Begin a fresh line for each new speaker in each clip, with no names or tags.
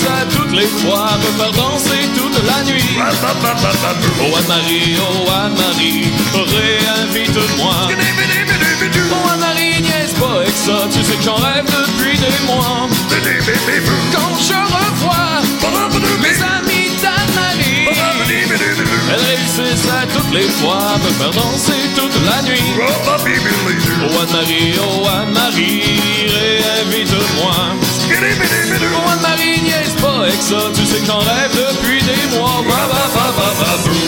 j'ai froid, me faire danser toute la nuit. Oh Anne-Marie, oh Anne-Marie, réinvite-moi. Oh Anne-Marie, niaise pas avec ça, tu sais que j'en rêve depuis des mois. Quand je revois mes amis d'Anne-Marie, elles réussissent à toutes les fois me faire danser toute la nuit. Oh Anne-Marie, oh Anne-Marie, réinvite-moi. Oh Anne-Marie, niaise pas avec ça, tu sais que j'en rêve depuis des mois. Ba, ba, ba, ba, ba, bou.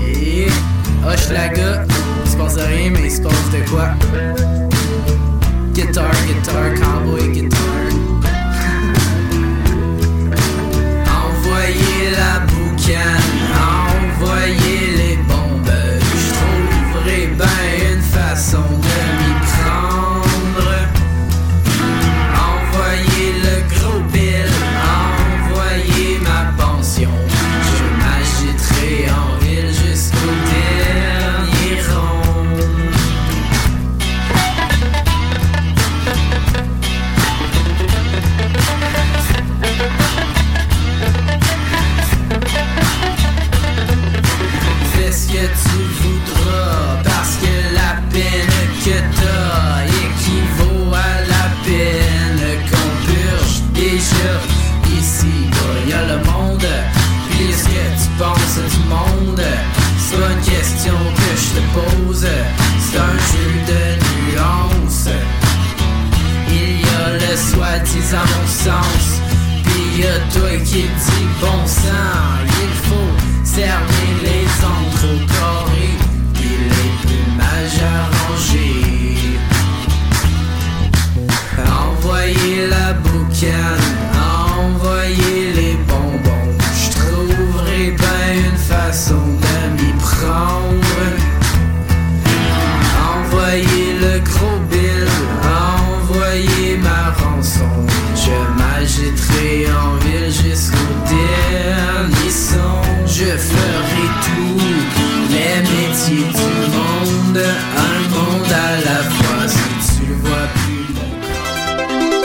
Yeah. Hochelaga, il se passe rien, mais il se passe de quoi? Guitar, guitar, cowboy, guitar. Envoyez la boucane, envoyez les bombes. Je trouverai bien une façon de m'y prendre. Envoyez le gros bill, envoyez ma pension. Je m'agiterai en ville jusqu'au dernier rond. Fais ce que tu voudras Parce que la peine que t'as Équivaut à la peine Qu'on purge déjà Ici, il y a le monde Puis ce que tu penses du monde C'est pas une question que je te pose C'est un jeu de nuances Il y a le soi-disant bon sens Puis y a toi qui dis bon sang Il faut cerner les encres carrés Puis les plumages arrangés Envoyez la boucane, envoyez les bonbons. Je trouverai bien une façon de m'y prendre. Envoyez le gros bill, envoyez ma rançon. Je m'agiterai en ville jusqu'au dernier son. Je ferai tous les métiers du monde, un monde à la fois. Si tu vois plus le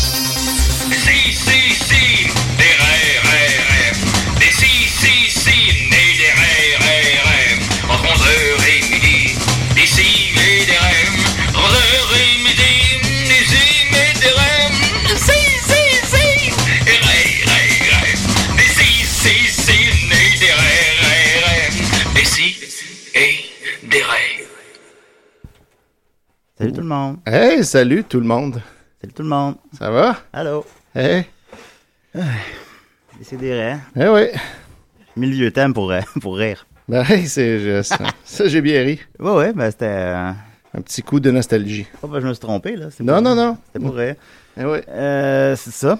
Si, si, si, des RRRF. Des si, si, si, nés des RRRF. Entre 11h et midi, des si et des REM. Entre 11h et midi, des si et des REM. Si, si, si, des RRRF. Des si, si, si, nés des RRRF. Des si et des RRRF.
Salut tout le monde.
Hey, salut tout le monde.
Salut tout le monde.
Ça va?
Allô.
Hey.
Décidérez.
Eh oui.
hein? Milieu thème pour, euh, pour rire.
Ben, hey, c'est juste. ça, j'ai bien ri.
Ouais, ouais, ben c'était. euh,
Un petit coup de nostalgie.
Oh, ben je me suis trompé, là. C'est
Non,
pour-
non, non.
C'était pour rire.
Eh oui.
Euh, c'est ça.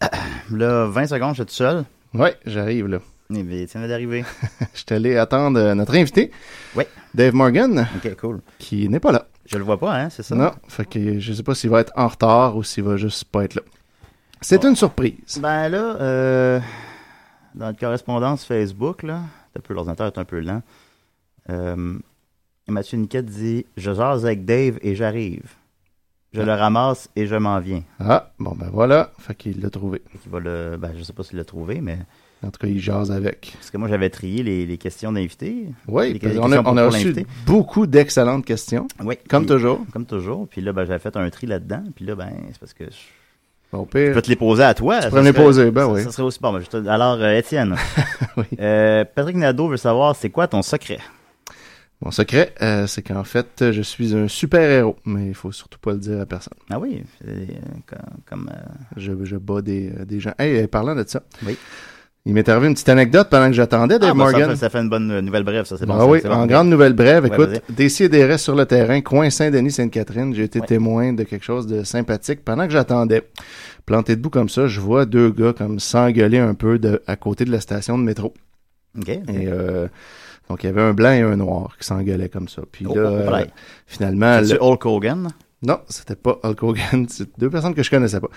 Là, 20 secondes, je suis tout seul.
Ouais, j'arrive là.
Eh bien, tiens, d'arriver.
Je suis allé attendre euh, notre invité,
Ouais.
Dave Morgan,
Ok, cool.
qui n'est pas là.
Je le vois pas, hein, c'est ça?
Non. Fait que je sais pas s'il va être en retard ou s'il va juste pas être là. C'est une surprise.
Ben là, euh, dans le correspondance Facebook, là, un peu, l'ordinateur est un peu lent. Euh, Mathieu Niquette dit Je jase avec Dave et j'arrive. Je le ramasse et je m'en viens.
Ah, bon ben voilà. Fait qu'il l'a trouvé.
Qui va le, ben, je sais pas s'il l'a trouvé, mais.
En tout cas, il jase avec.
Parce que moi, j'avais trié les, les questions d'invités.
Oui,
Les-
parce
les
qu'on a-
questions
on a,
pour- pour
reçu
l'invité.
beaucoup d'excellentes questions,
Oui.
comme
puis-
toujours.
Comme toujours. Puis là, ben, j'avais fait un tri là-dedans. Puis là, ben, c'est parce que je
Bon, au
je
pire.
peux te les poser à toi. Tu
Euh, pourrais me les poser, ben oui.
Ça serait aussi bon. Ben, je te- Alors, euh, Étienne.
Oui.
Euh, Patrick Nadeau veut savoir c'est quoi ton secret
Mon secret, euh, c'est qu'en fait, je suis un super-héros, mais il faut surtout pas le dire à personne.
Ah oui, euh, comme. comme, euh,
Je, je bats des, euh, des gens. Hey, euh, parlant de ça,
Oui.
Il m'est arrivé une petite anecdote pendant que j'attendais Dave
Ah, ben, ça
Morgan.
fait- ça fait une bonne euh, nouvelle brève, ça, c'est bon.
Ah
ça,
oui,
c'est bon.
en grande nouvelle brève,
Ouais,
écoute, Décidérez sur le terrain, coin Saint-Denis-Sainte-Catherine, j'ai été
Ouais.
témoin de quelque chose de sympathique pendant que j'attendais. Planté debout comme ça, je vois deux gars comme s'engueuler un peu de, à côté de la station de métro.
OK.
Et euh, donc il y avait un blanc et un noir qui s'engueulaient comme ça. Puis
Oh,
là,
oh, oh,
euh,
là.
finalement,
C'est
le-
Hulk Hogan.
non, c'était pas Hulk Hogan, c'est deux personnes que je connaissais pas.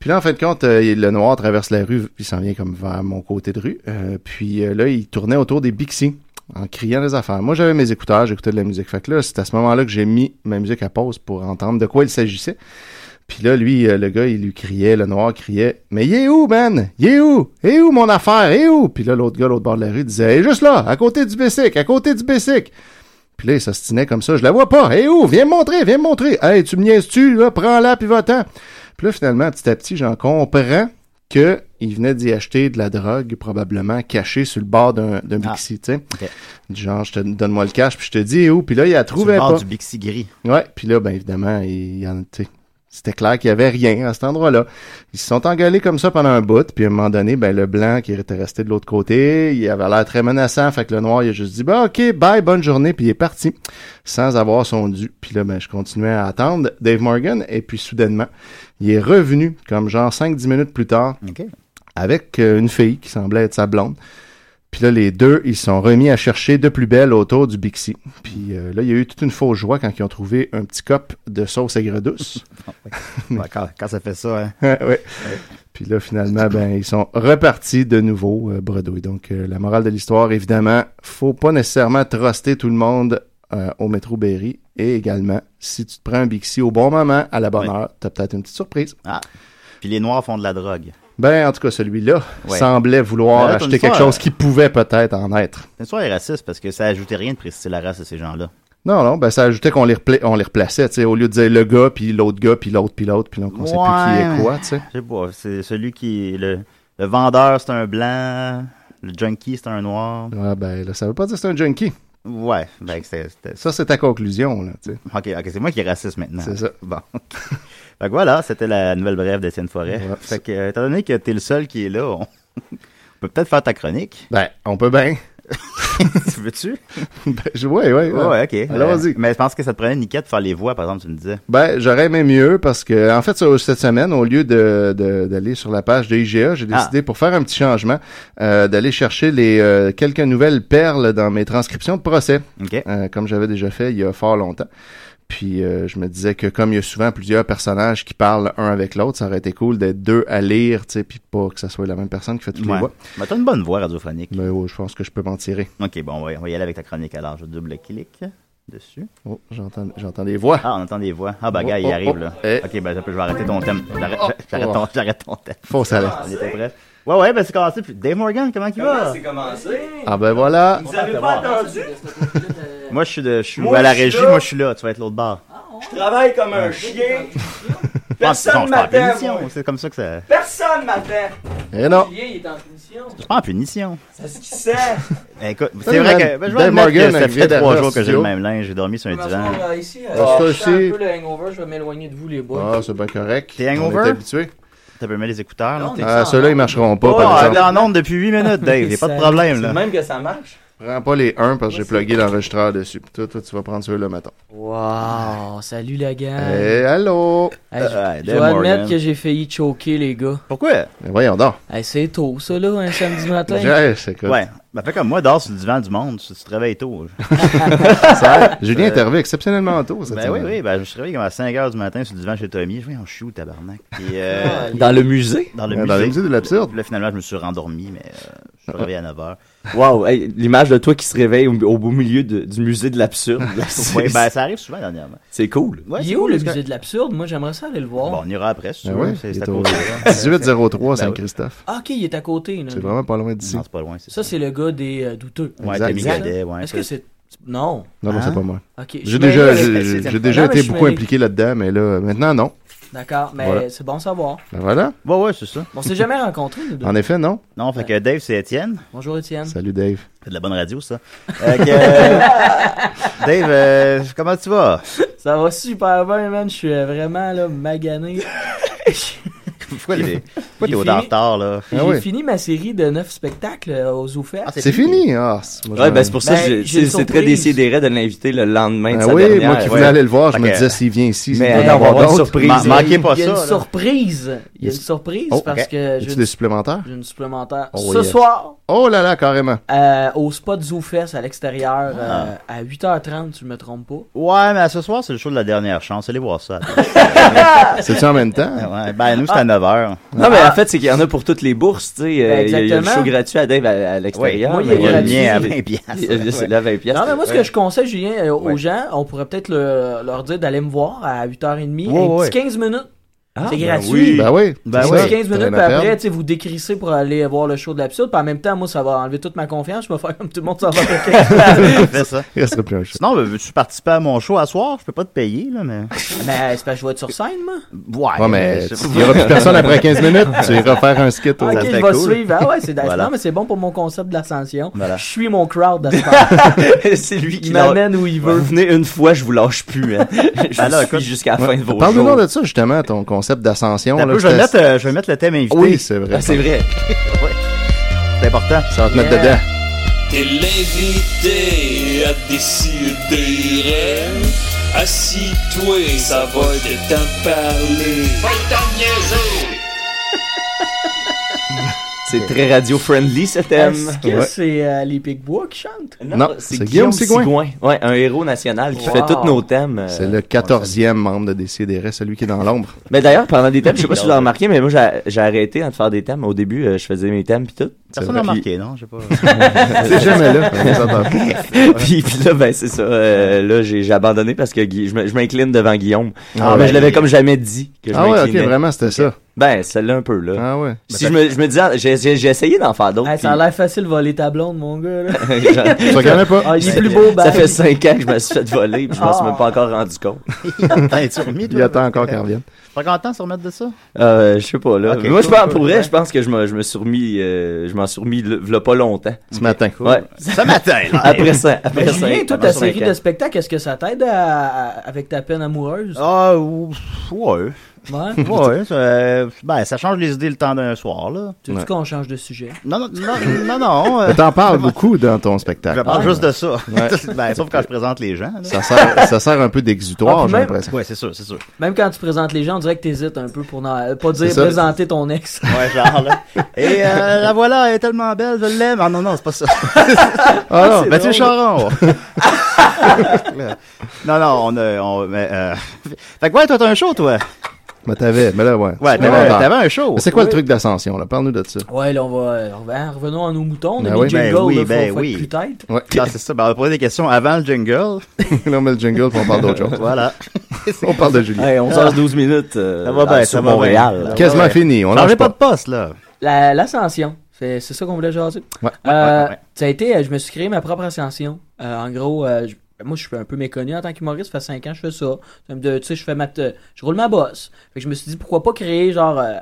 Puis là, en fin de compte, euh, il- le noir traverse la rue, il s'en vient comme vers mon côté de rue. Euh, puis euh, là, il tournait autour des Bixi en criant des affaires. Moi, j'avais mes écouteurs, j'écoutais de la musique. Fait que là, c'est à ce moment-là que j'ai mis ma musique à pause pour entendre de quoi il s'agissait. Puis là, lui, euh, le gars, il lui criait, le noir criait, mais il est où, man? Il est où? Il est où mon affaire? Il est où? Puis là, l'autre gars, l'autre bord de la rue, disait, Eh, juste là, à côté du Bessic, à côté du Bessic. Puis là, il s'ostinait comme ça. Je la vois pas. Hé, où? Viens me montrer, viens me montrer. Hey, tu me niaises-tu, là? Prends-la, puis va-t'en. Puis là, finalement, petit à petit, j'en comprends que il venait d'y acheter de la drogue, probablement cachée sur le bord d'un d'un
Ah.
Bixi, tu sais.
Ok.
Du genre, je te donne-moi le cash, puis je te dis, Eh, où? Puis là, il la
Trouvé
trouvait
pas.
pas.
du Bixi gris.
Ouais, puis là, ben évidemment, il y en tu sais, C'était clair qu'il y avait rien à cet endroit-là. Ils se sont engueulés comme ça pendant un bout, puis à un moment donné, ben le blanc qui était resté de l'autre côté, il avait l'air très menaçant, fait que le noir il a juste dit bah ok, bye, bonne journée, puis il est parti sans avoir son dû. Puis là, ben je continuais à attendre Dave Morgan, et puis soudainement, il est revenu comme genre 5-10 minutes plus tard
OK.
avec euh, une fille qui semblait être sa blonde. Puis là, les deux, ils se sont remis à chercher de plus belle autour du Bixi. Puis euh, là, il y a eu toute une fausse joie quand ils ont trouvé un petit cop de sauce aigre douce.
Ouais, quand, quand ça fait ça, hein.
Ouais, ouais. Puis là, finalement, ben, ils sont repartis de nouveau, euh, bredouille. Donc, euh, la morale de l'histoire, évidemment, faut pas nécessairement truster tout le monde euh, au métro Berry. Et également, si tu te prends un Bixi au bon moment, à la bonne
Ouais.
heure, t'as peut-être une petite surprise.
Puis les Noirs font de la drogue.
Ben, en tout cas, celui-là
Ouais.
semblait vouloir
Ben là, t'as
acheter
une
quelque
fois,
chose qui pouvait peut-être en être.
Cette histoire est raciste parce que ça ajoutait rien de préciser la race de ces gens-là.
Non, non, ben ça ajoutait qu'on les, repla- on les replaçait, tu sais, au lieu de dire le gars, puis l'autre gars, puis l'autre, puis l'autre, puis donc on sait plus qui est
Ouais.
quoi, tu sais.
Je sais pas, c'est celui qui. Le, le vendeur, c'est un blanc. Le junkie, c'est un noir.
Ouais, ben là, ça veut pas dire que c'est un junkie.
Ouais, ben, c'était. c'était-
Ça, c'est ta conclusion, là, tu sais.
Ok, ok, c'est moi qui est raciste maintenant.
C'est ça.
Bon. fait que voilà, c'était la nouvelle brève d'Étienne Forêt.
Ouais.
Fait que, euh, étant donné que t'es le seul qui est là, on, on peut peut-être faire ta chronique.
Ben, on peut bien.
tu veux-tu?
ben, je- ouais, ouais, ouais.
Ouais, ok.
Allons-y.
Euh, mais je pense que ça te prenait Niquette pour faire les voix, par exemple, tu me disais.
Ben, j'aurais aimé mieux parce que, en fait, sur- cette semaine, au lieu de, de- d'aller sur la page de IGA, j'ai décidé, pour faire un petit changement, euh, d'aller chercher les euh, quelques nouvelles perles dans mes transcriptions de procès.
Ok.
euh, comme j'avais déjà fait il y a fort longtemps. Puis euh, je me disais que comme il y a souvent plusieurs personnages qui parlent un avec l'autre, ça aurait été cool d'être deux à lire, tu sais, puis pas que ça soit la même personne qui fait toutes les
Ouais.
voix.
Mais t'as une bonne voix radiophonique.
Mais oh, je pense que je peux m'en tirer.
Ok, bon, on va, on va y aller avec ta chronique alors. Je double-clique dessus.
Oh, j'entends, j'entends des voix.
Ah, on entend des voix. Ah, bah,
Oh,
gars, il
oh,
arrive,
oh.
là.
Eh.
Ok, ben, je vais arrêter ton thème. J'arrête
Oh.
j'arrête ton, j'arrête ton thème.
Fausse alerte.
On Ah, était prêts. Ouais, ouais, ben, c'est commencé. Puis Dave Morgan, comment il va?
Ah ben voilà.
Vous avez pas attendu?
Moi, je suis, de, je suis
Moi,
à la
je suis
régie,
là.
moi, je suis là. Tu vas être l'autre bord.
Je travaille comme un chien.
non,
Personne
je suis en
m'attend. moi.
punition. C'est comme ça que ça.
Personne m'attend.
Eh non.
Je prends en punition.
C'est ce qui sert.
Ben, écoute,
Salut,
c'est vrai
man.
que. Ben, je
Dave
vais admettre
Morgan,
que ça
arrivé
fait trois
d'arrière
jours que j'ai
studio.
le même linge. J'ai dormi sur un divan.
Ah, ici, euh,
Ah, ça
je sens un
aussi.
peu le hangover, je vais m'éloigner de vous, les boys.
Ah, c'est bien correct.
T'es
On
hangover?
est habitué.
T'as peu mis les écouteurs, là.
Non,
t'es-
mais-
Ah, ceux-là, ils marcheront pas,
Oh,
par
elle est
exemple.
en onde depuis 8 minutes, Dave. Y'a pas de problème,
C'est
là.
le même que ça marche.
Prends pas les 1 parce que j'ai plugué l'enregistreur dessus. Puis Toi, toi, tu vas prendre ceux-là, mettons.
Wow, Ah, salut la gang.
Eh, allô?
Hey, je-
Euh,
je
Dave
dois admettre
Morgan.
que j'ai failli choquer, les gars.
Pourquoi?
Ben, voyons donc.
Hey, c'est tôt, ça, là, un samedi matin.
Eh, c'est quoi?
Ouais. Ben, fait comme moi, dors sur le divan du monde. Tu tu travailles tôt.
Ça, Julien est arrivé exceptionnellement tôt cette
Ben oui,
semaine.
oui, ben je me suis réveillé comme à 5 h du matin sur le divan chez Tommy. Je me on shoot, tabarnak. Puis,
Ah,
euh,
Dans le musée?
dans le
Dans
musée.
la musique de l'absurde.
Puis là, finalement, je me suis rendormi, mais euh, je suis réveillé à 9 h.
Wow, hey, l'image de toi qui se réveille au, au beau milieu de- du musée de l'absurde. là, c'est-
Ouais, ben ça arrive souvent dernièrement.
C'est cool.
Ouais,
Il
c'est
est où
cool,
le
parce que-
musée de l'absurde? Moi, j'aimerais ça aller le voir.
Bon, on ira après, si tu
Ben
veux.
oui,
c'est
il
c'est à
est au-
côté. là. Ben
1803
oui.
Saint-Christophe.
Ah, ok, il est à côté, là.
C'est vraiment pas loin d'ici.
Non, c'est pas loin. c'est
Ça, c'est le gars des euh, douteux.
Ouais,
Exact.
Tommy Godet, ouais.
Est-ce que c'est. Non.
Non, non,
Hein?
c'est pas moi.
Ok. je
J'ai
suis
déjà,
mêlé
j'ai-
avec-
le
j'ai-
septième.
j'ai déjà
Non, mais
été
je
beaucoup
suis
impliqué là-dedans, mais là, maintenant, non.
D'accord, mais
Voilà.
c'est bon à savoir.
Ben voilà.
Ouais, ouais, c'est ça.
On s'est jamais rencontrés, nous deux.
En effet, non.
Non, fait que Dave, c'est Étienne.
Bonjour, Étienne.
Salut, Dave.
C'est de la bonne radio, ça. Fait que, euh, Dave, euh, comment tu vas?
Ça va super bien, man. Je suis euh, vraiment là, magané.
Pourquoi
Il
les-
est-
pourquoi t'es
il
au
est fini.
retard, là?
J'ai
Ah oui.
fini ma série de neuf spectacles euh, aux Ouffettes.
Ah,
C'est fini. Ah, c'est- moi,
Ouais,
j'en-
ben c'est pour ça
Ben,
que j'ai-
j'ai une
c'est c'est très
surprise.
décidéré de l'inviter le lendemain de
Ah
sa
oui,
dernière.
moi qui
ouais.
voulais aller le voir, je
Fait
me
que-
disais s'il vient ici, il doit
Mais on
en
va
avoir
avoir une
d'autres.
surprise.
Ma- manquez pas
il y a
ça,
une
là.
surprise. Il y a une surprise
Oh,
parce
ok.
que j'ai
As-tu
une,
des supplémentaires?
j'ai une supplémentaire.
Oh,
Ce
yes.
soir,
Oh là là, carrément.
euh, au spot Zoufest à l'extérieur, euh, à 8h30, tu me trompes pas.
Ouais, mais ce soir, c'est le show de la dernière chance. Allez voir ça.
C'est-tu en même temps?
Ouais, ben, nous, c'est à 9h.
Non, mais en fait, c'est qu'il y en a pour toutes les bourses, tu sais. euh,
Ben,
il y a- il y a le
Ah. exactement.
show gratuit à Dave à, à l'extérieur.
Oui, moi,
mais
il est
le
gratuit. Ah,
mien à
Il est
20
gratuit.
piastres. Il y a celui-là à 20 piastres.
Non, mais moi, ce que je conseille, Julien, euh, aux
Ouais.
gens, on pourrait peut-être le- leur dire d'aller me voir à 8h30,
Ouais,
un
ouais.
petit 15 minutes.
Ah,
c'est
ben
gratuit.
Ben oui.
Ben
Un
oui.
petit 15 minutes,
Rien
puis
à perdre.
après, tu sais, vous décrissez pour aller voir le show de l'absurde. Puis en même temps, moi, ça va enlever toute ma confiance. Je vais faire comme tout le monde s'en va.
Fais ça.
Il restera plus un chat.
Sinon, ben, veux-tu participer à mon show à soir? Je peux pas te payer, là, mais.
Mais c'est parce que je vais être sur scène, moi.
Ouais.
Ouais, mais
je sais
il n'y aura plus personne après 15 minutes. Tu iras faire un skit au
Ah, ok,
serait
je vais
cool.
suivre. Ah ouais, c'est
Voilà.
non, mais c'est bon pour mon concept de l'ascension.
Voilà.
Je suis mon crowd d'ascension.
c'est lui qui
Il
l'a-
m'amène où il
Vous
veut.
venez une fois, je vous lâche plus. Hein. Je
Ben là,
vous
écoute,
suis jusqu'à la fin de vos
Parle-nous
jours.
de ça, justement, ton concept d'ascension.
T'as
là,
peu, je, vais
j'étais-
mettre, euh, je vais mettre le thème invité.
Oui, c'est vrai.
Ah, c'est vrai.
C'est important.
Ça va te mettre
Yeah.
dedans.
T'es l'invité à décider. Assis-toi, ça va te t'en parler.
Va t'en niaiser!
C'est très radio-friendly, ce thème.
Est-ce que
Ouais.
c'est euh, les Picbois qui chantent?
Non, c'est Guillaume Sigouin.
Ouais, un héros national qui
Wow.
fait tous nos thèmes. euh.
C'est le 14e membre de Décideret, celui qui est dans l'ombre.
Mais d'ailleurs, pendant des thèmes, je sais pas si vous avez remarqué, mais moi, j'ai- j'ai arrêté hein, de faire des thèmes. Au début, euh, je faisais mes thèmes puis tout.
Personne n'a
Puis-
remarqué, non? Je sais pas.
C'est jamais là. on s'entend.
puis, puis là, ben, c'est ça. euh, là, j'ai j'ai abandonné parce que Gui- je me- je m'incline devant Guillaume.
Ah,
mais
ouais.
je l'avais comme jamais dit que je
Ah ouais, ok,
m'inclinais.
vraiment, c'était ça.
Ben, celle-là un peu, là.
Ah ouais.
Si je me, je me disais, ah, j'ai j'ai- j'ai essayé d'en faire d'autres.
Ah, ça a l'air facile de voler ta blonde, mon gars. là.
puis- j'en-
Tu regardais pas?
Ah, il est plus beau,
Ça
ben.
fait 5 ans que je me suis fait voler, puis je m'en suis
Ah.
même pas encore rendu compte.
T'es-tu remis,
Il
toi?
attend encore qu'elle revienne.
T'as content de se remettre de ça?
Euh, je sais pas, là.
Ok,
Mais moi, je
cool,
pense,
cool,
pour vrai,
ouais.
je pense que je me, je me suis remis, euh, je m'en suis remis, le, v'là pas longtemps.
Ce matin.
Ouais.
Ce matin, là.
Après ça, après
Mais
ça.
Julien, toi,
après
ta
ça,
série
cinq
de
ans.
spectacles, est-ce que ça t'aide à- à- avec ta peine amoureuse?
Ah, ouf, ouais.
Ouais.
Ouais, ça, euh, ben, ça change les idées le temps d'un soir, là.
Tu veux qu'on change de sujet?
Non, non, non, non, non. euh,
Mais T'en parles beaucoup dans ton spectacle.
je parle juste de ça.
Ouais.
ben, sauf quand je présente les gens. là.
Ça sert, ça sert un peu
Ah,
d'exutoire,
puis
j'ai
même-
l'impression.
Ouais, c'est sûr, c'est sûr.
Même quand tu présentes les gens, on dirait que t'hésites un peu pour n'en- pas dire
C'est ça.
présenter ton ex.
Ouais, genre, là. Et euh, la voilà, elle est tellement belle, je l'aime. Ah non, non, c'est pas ça.
Ah non,
Ah, Mathieu Charon. non, non, on a. On, mais, euh... Fait que ouais, toi, t'as un show, toi.
mais t'avais, mais là, ouais.
Ouais, t'avais
Supplémentaire.
t'avais un show.
Mais c'est quoi le truc d'ascension, là? Parle-nous de ça.
Ouais, là, on va. euh, on va- hein, revenons à nos moutons. On a
Ben
mis
oui.
Jingle,
Ben oui,
là, faut-
ben
faut être
oui.
plus tête.
Ouais.
Non, c'est ça. Ben, on a posé des questions avant le jingle.
là, on met le jingle puis on parle d'autre chose.
Voilà.
On parle de Julien.
Hey, on sort 12 minutes. euh,
Ça va
dans-
bien,
sur
ça va bien.
Montréal.
Ouais,
Quasiment
ouais.
fini. On
Changez
lâche
pas
pas.
de poste, là.
La- L'ascension. C'est c'est ça qu'on voulait jaser.
Ouais.
Euh,
ouais, ouais.
Ça a été. euh, Je me suis créé ma propre ascension. Euh, en gros, euh, je- moi, je suis un peu méconnu en tant qu'humoriste. Ça fait 5 ans, je fais ça. Ça me donne- Tu sais, je fais ma. t- Je roule ma bosse. Fait que je me suis dit, pourquoi pas créer, genre. euh,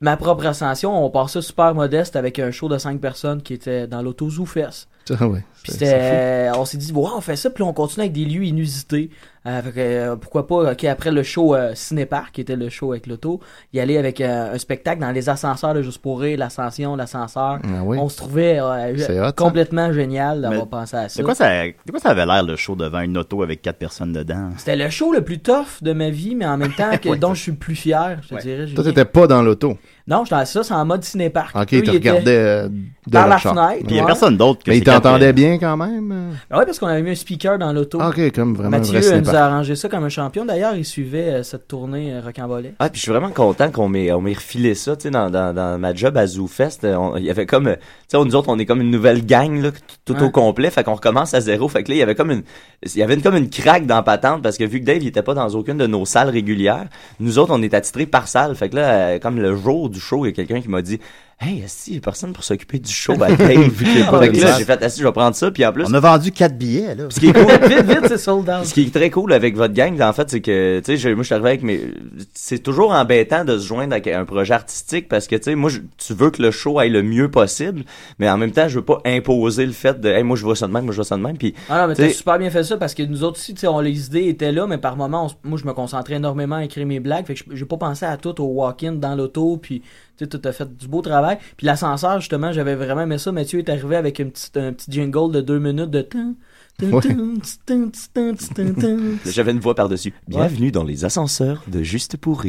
Ma propre ascension, on part ça super modeste avec un show de 5 personnes qui était dans l'auto Zoufest.
Ah ouais.
Puis
C'est-
c'était- euh, on s'est dit, ouais, on fait ça, puis on continue avec des lieux inusités. Euh, fait que, euh, pourquoi pas, ok, après le show euh, Cinépark, qui était le show avec l'auto, y aller avec euh, un spectacle dans les ascenseurs de Juste pour rire, l'ascension, l'ascenseur.
Ah oui.
On se trouvait euh,
C'est hot, ça.
complètement génial d'avoir
Mais
pensé à
Hmm.
ça.
De quoi ça, de quoi ça avait l'air, le show devant une auto avec quatre personnes dedans?
C'était le show le plus tough de ma vie, mais en même temps que,
Ouais,
dont
ça.
je suis le plus fier, je te
Ouais.
dirais.
Toi,
Julien.
t'étais pas dans l'auto.
Non, j'étais ça, c'est en mode Cinépark.
Ok,
Eux,
ils te
ils étaient-
regardaient euh, de
Par
leur
la
char.
fenêtre.
Puis il y a
Ouais.
personne d'autre que
Mais
ces
ils
quatre-
t'entendaient bien quand même.
Ah Ouais, parce qu'on avait mis un speaker dans l'auto.
Ah, ok, comme vraiment un
Mathieu
vrai
euh, nous a
sniper.
arrangé ça comme un champion. D'ailleurs, il suivait euh, cette tournée euh, rocambolesque.
Ah, puis je suis vraiment content qu'on m'ait, on m'ait refilé ça, tu sais, dans, dans, dans ma job à ZooFest. euh, on- Il y avait comme, euh, tu sais, on- nous autres, on est comme une nouvelle gang, là, tout tout
Ouais.
au complet, fait qu'on recommence à zéro. Fait que là, il y avait comme une, il y avait une- comme une craque dans patente parce que vu que Dave, il était pas dans aucune de nos salles régulières, nous autres, on est attitrés par salle. Fait que là, euh, comme le jour du show, il y a quelqu'un qui m'a dit, Hey, si, personne pour s'occuper du show à Dave. Fait que là, j'ai fait, si, je vais prendre ça. Puis en plus,
On a vendu 4 billets, là.
ce qui est cool,
Vite, vite, c'est sold out.
Ce qui est très cool avec votre gang, en fait, c'est que, tu sais, je- moi, je suis arrivé avec mes... C'est toujours embêtant de se joindre à un projet artistique parce que, tu sais, moi, je- tu veux que le show aille le mieux possible, mais en même temps, je veux pas imposer le fait de, hey, moi, je vois ça de même, moi, je vois ça de même, puis...
Ah non, mais
T'sais-
t'as super bien fait ça parce que nous autres aussi, tu sais, on- les idées étaient là, mais par moments, on s- moi, je me concentrais énormément à écrire mes blagues. Fait que je- j'ai pas pensé à tout au walk-in dans l'auto, puis tu sais, tout a fait du beau travail. Puis l'ascenseur, justement, j'avais vraiment aimé ça. Mathieu est arrivé avec une petite, un petit jingle de deux minutes de temps.
J'avais une voix par-dessus. Bienvenue dans les ascenseurs de Juste Pourri.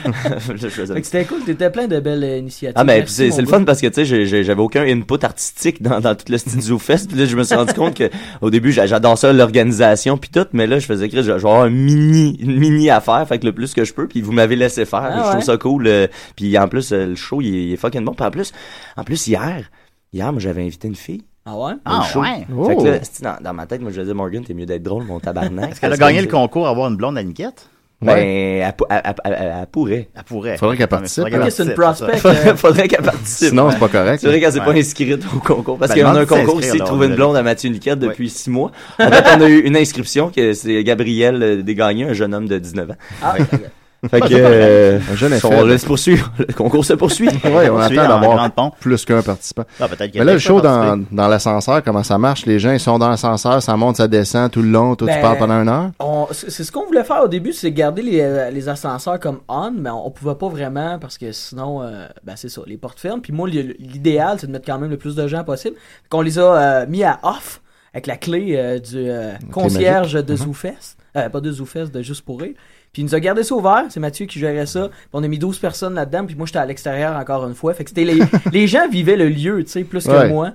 Je faisais-
Fait que c'était cool, t'étais plein de belles euh, initiatives.
Ah mais
Merci,
c'est
mon
c'est le
gars.
fun parce que tu sais j'ai- j'ai- j'avais aucun input artistique dans, dans tout le studio fest puis là je me suis rendu compte que au début j'a- j'adore ça l'organisation puis tout mais là je faisais que je je vais avoir un mini une mini affaire fait que le plus que je peux puis vous m'avez laissé faire
Ah
je trouve
ouais.
ça cool euh, puis en plus euh, le show il, est- il est fucking bon puis en plus en plus hier hier moi j'avais invité une fille
Ah ouais?
au
Ah,
show.
ouais.
Oh.
Fait que là, c'est- dans, dans ma tête, moi, je disais, Morgan, t'es mieux d'être drôle, mon tabarnak.
Est-ce qu'elle a
Parce
gagné
que-
le concours à avoir une blonde à Niquette?
Ben, elle, pou- elle- elle- elle- elle pourrait.
Elle pourrait.
Faudrait qu'elle
Non, mais
participe,
faudrait qu'elle
Ok, c'est une
participe,
prospect.
ça.
euh,
Faudrait qu'elle participe.
Sinon, c'est pas correct.
C'est vrai qu'elle s'est
Ouais.
pas inscrite au concours parce
Ben,
qu'on a un
demande de
concours
s'inscrire,
ici,
là,
trouver
on
une
l'a
blonde à Mathieu Niquette depuis six mois. En fait, on a eu une inscription que c'est Gabriel euh, Desgagneux, un jeune homme de 19 ans.
Ah,
Fait que, euh,
Un jeune
on
effet.
laisse poursuivre. Le concours se poursuit.
Ouais, on
On suit
attend
en
d'avoir
grande pompe.
plus qu'un participant.
Ah, peut-être qu'elle
Mais là, le
peut
show dans,
participer.
dans l'ascenseur, comment ça marche? Les gens, ils sont dans l'ascenseur, ça monte, ça descend tout le long, toi, tu
Ben,
parles pendant une heure?
On- c'est c'est ce qu'on voulait faire au début, c'est garder les, euh, les ascenseurs comme on, mais on, on pouvait pas vraiment parce que sinon, euh, ben c'est ça, les portes ferment. Puis moi, l'i- l'idéal, c'est de mettre quand même le plus de gens possible. Qu'on les a euh, mis à off avec la clé euh, du euh, concierge de ZooFest. Euh, pas de ZooFest, de Juste pour rire. Puis il nous a gardé ça ouvert, c'est Mathieu qui gérait ça. Puis on a mis 12 personnes là-dedans, puis moi j'étais à l'extérieur encore une fois. Fait que c'était les, les gens vivaient le lieu, tu sais, plus que
Ouais.
moi.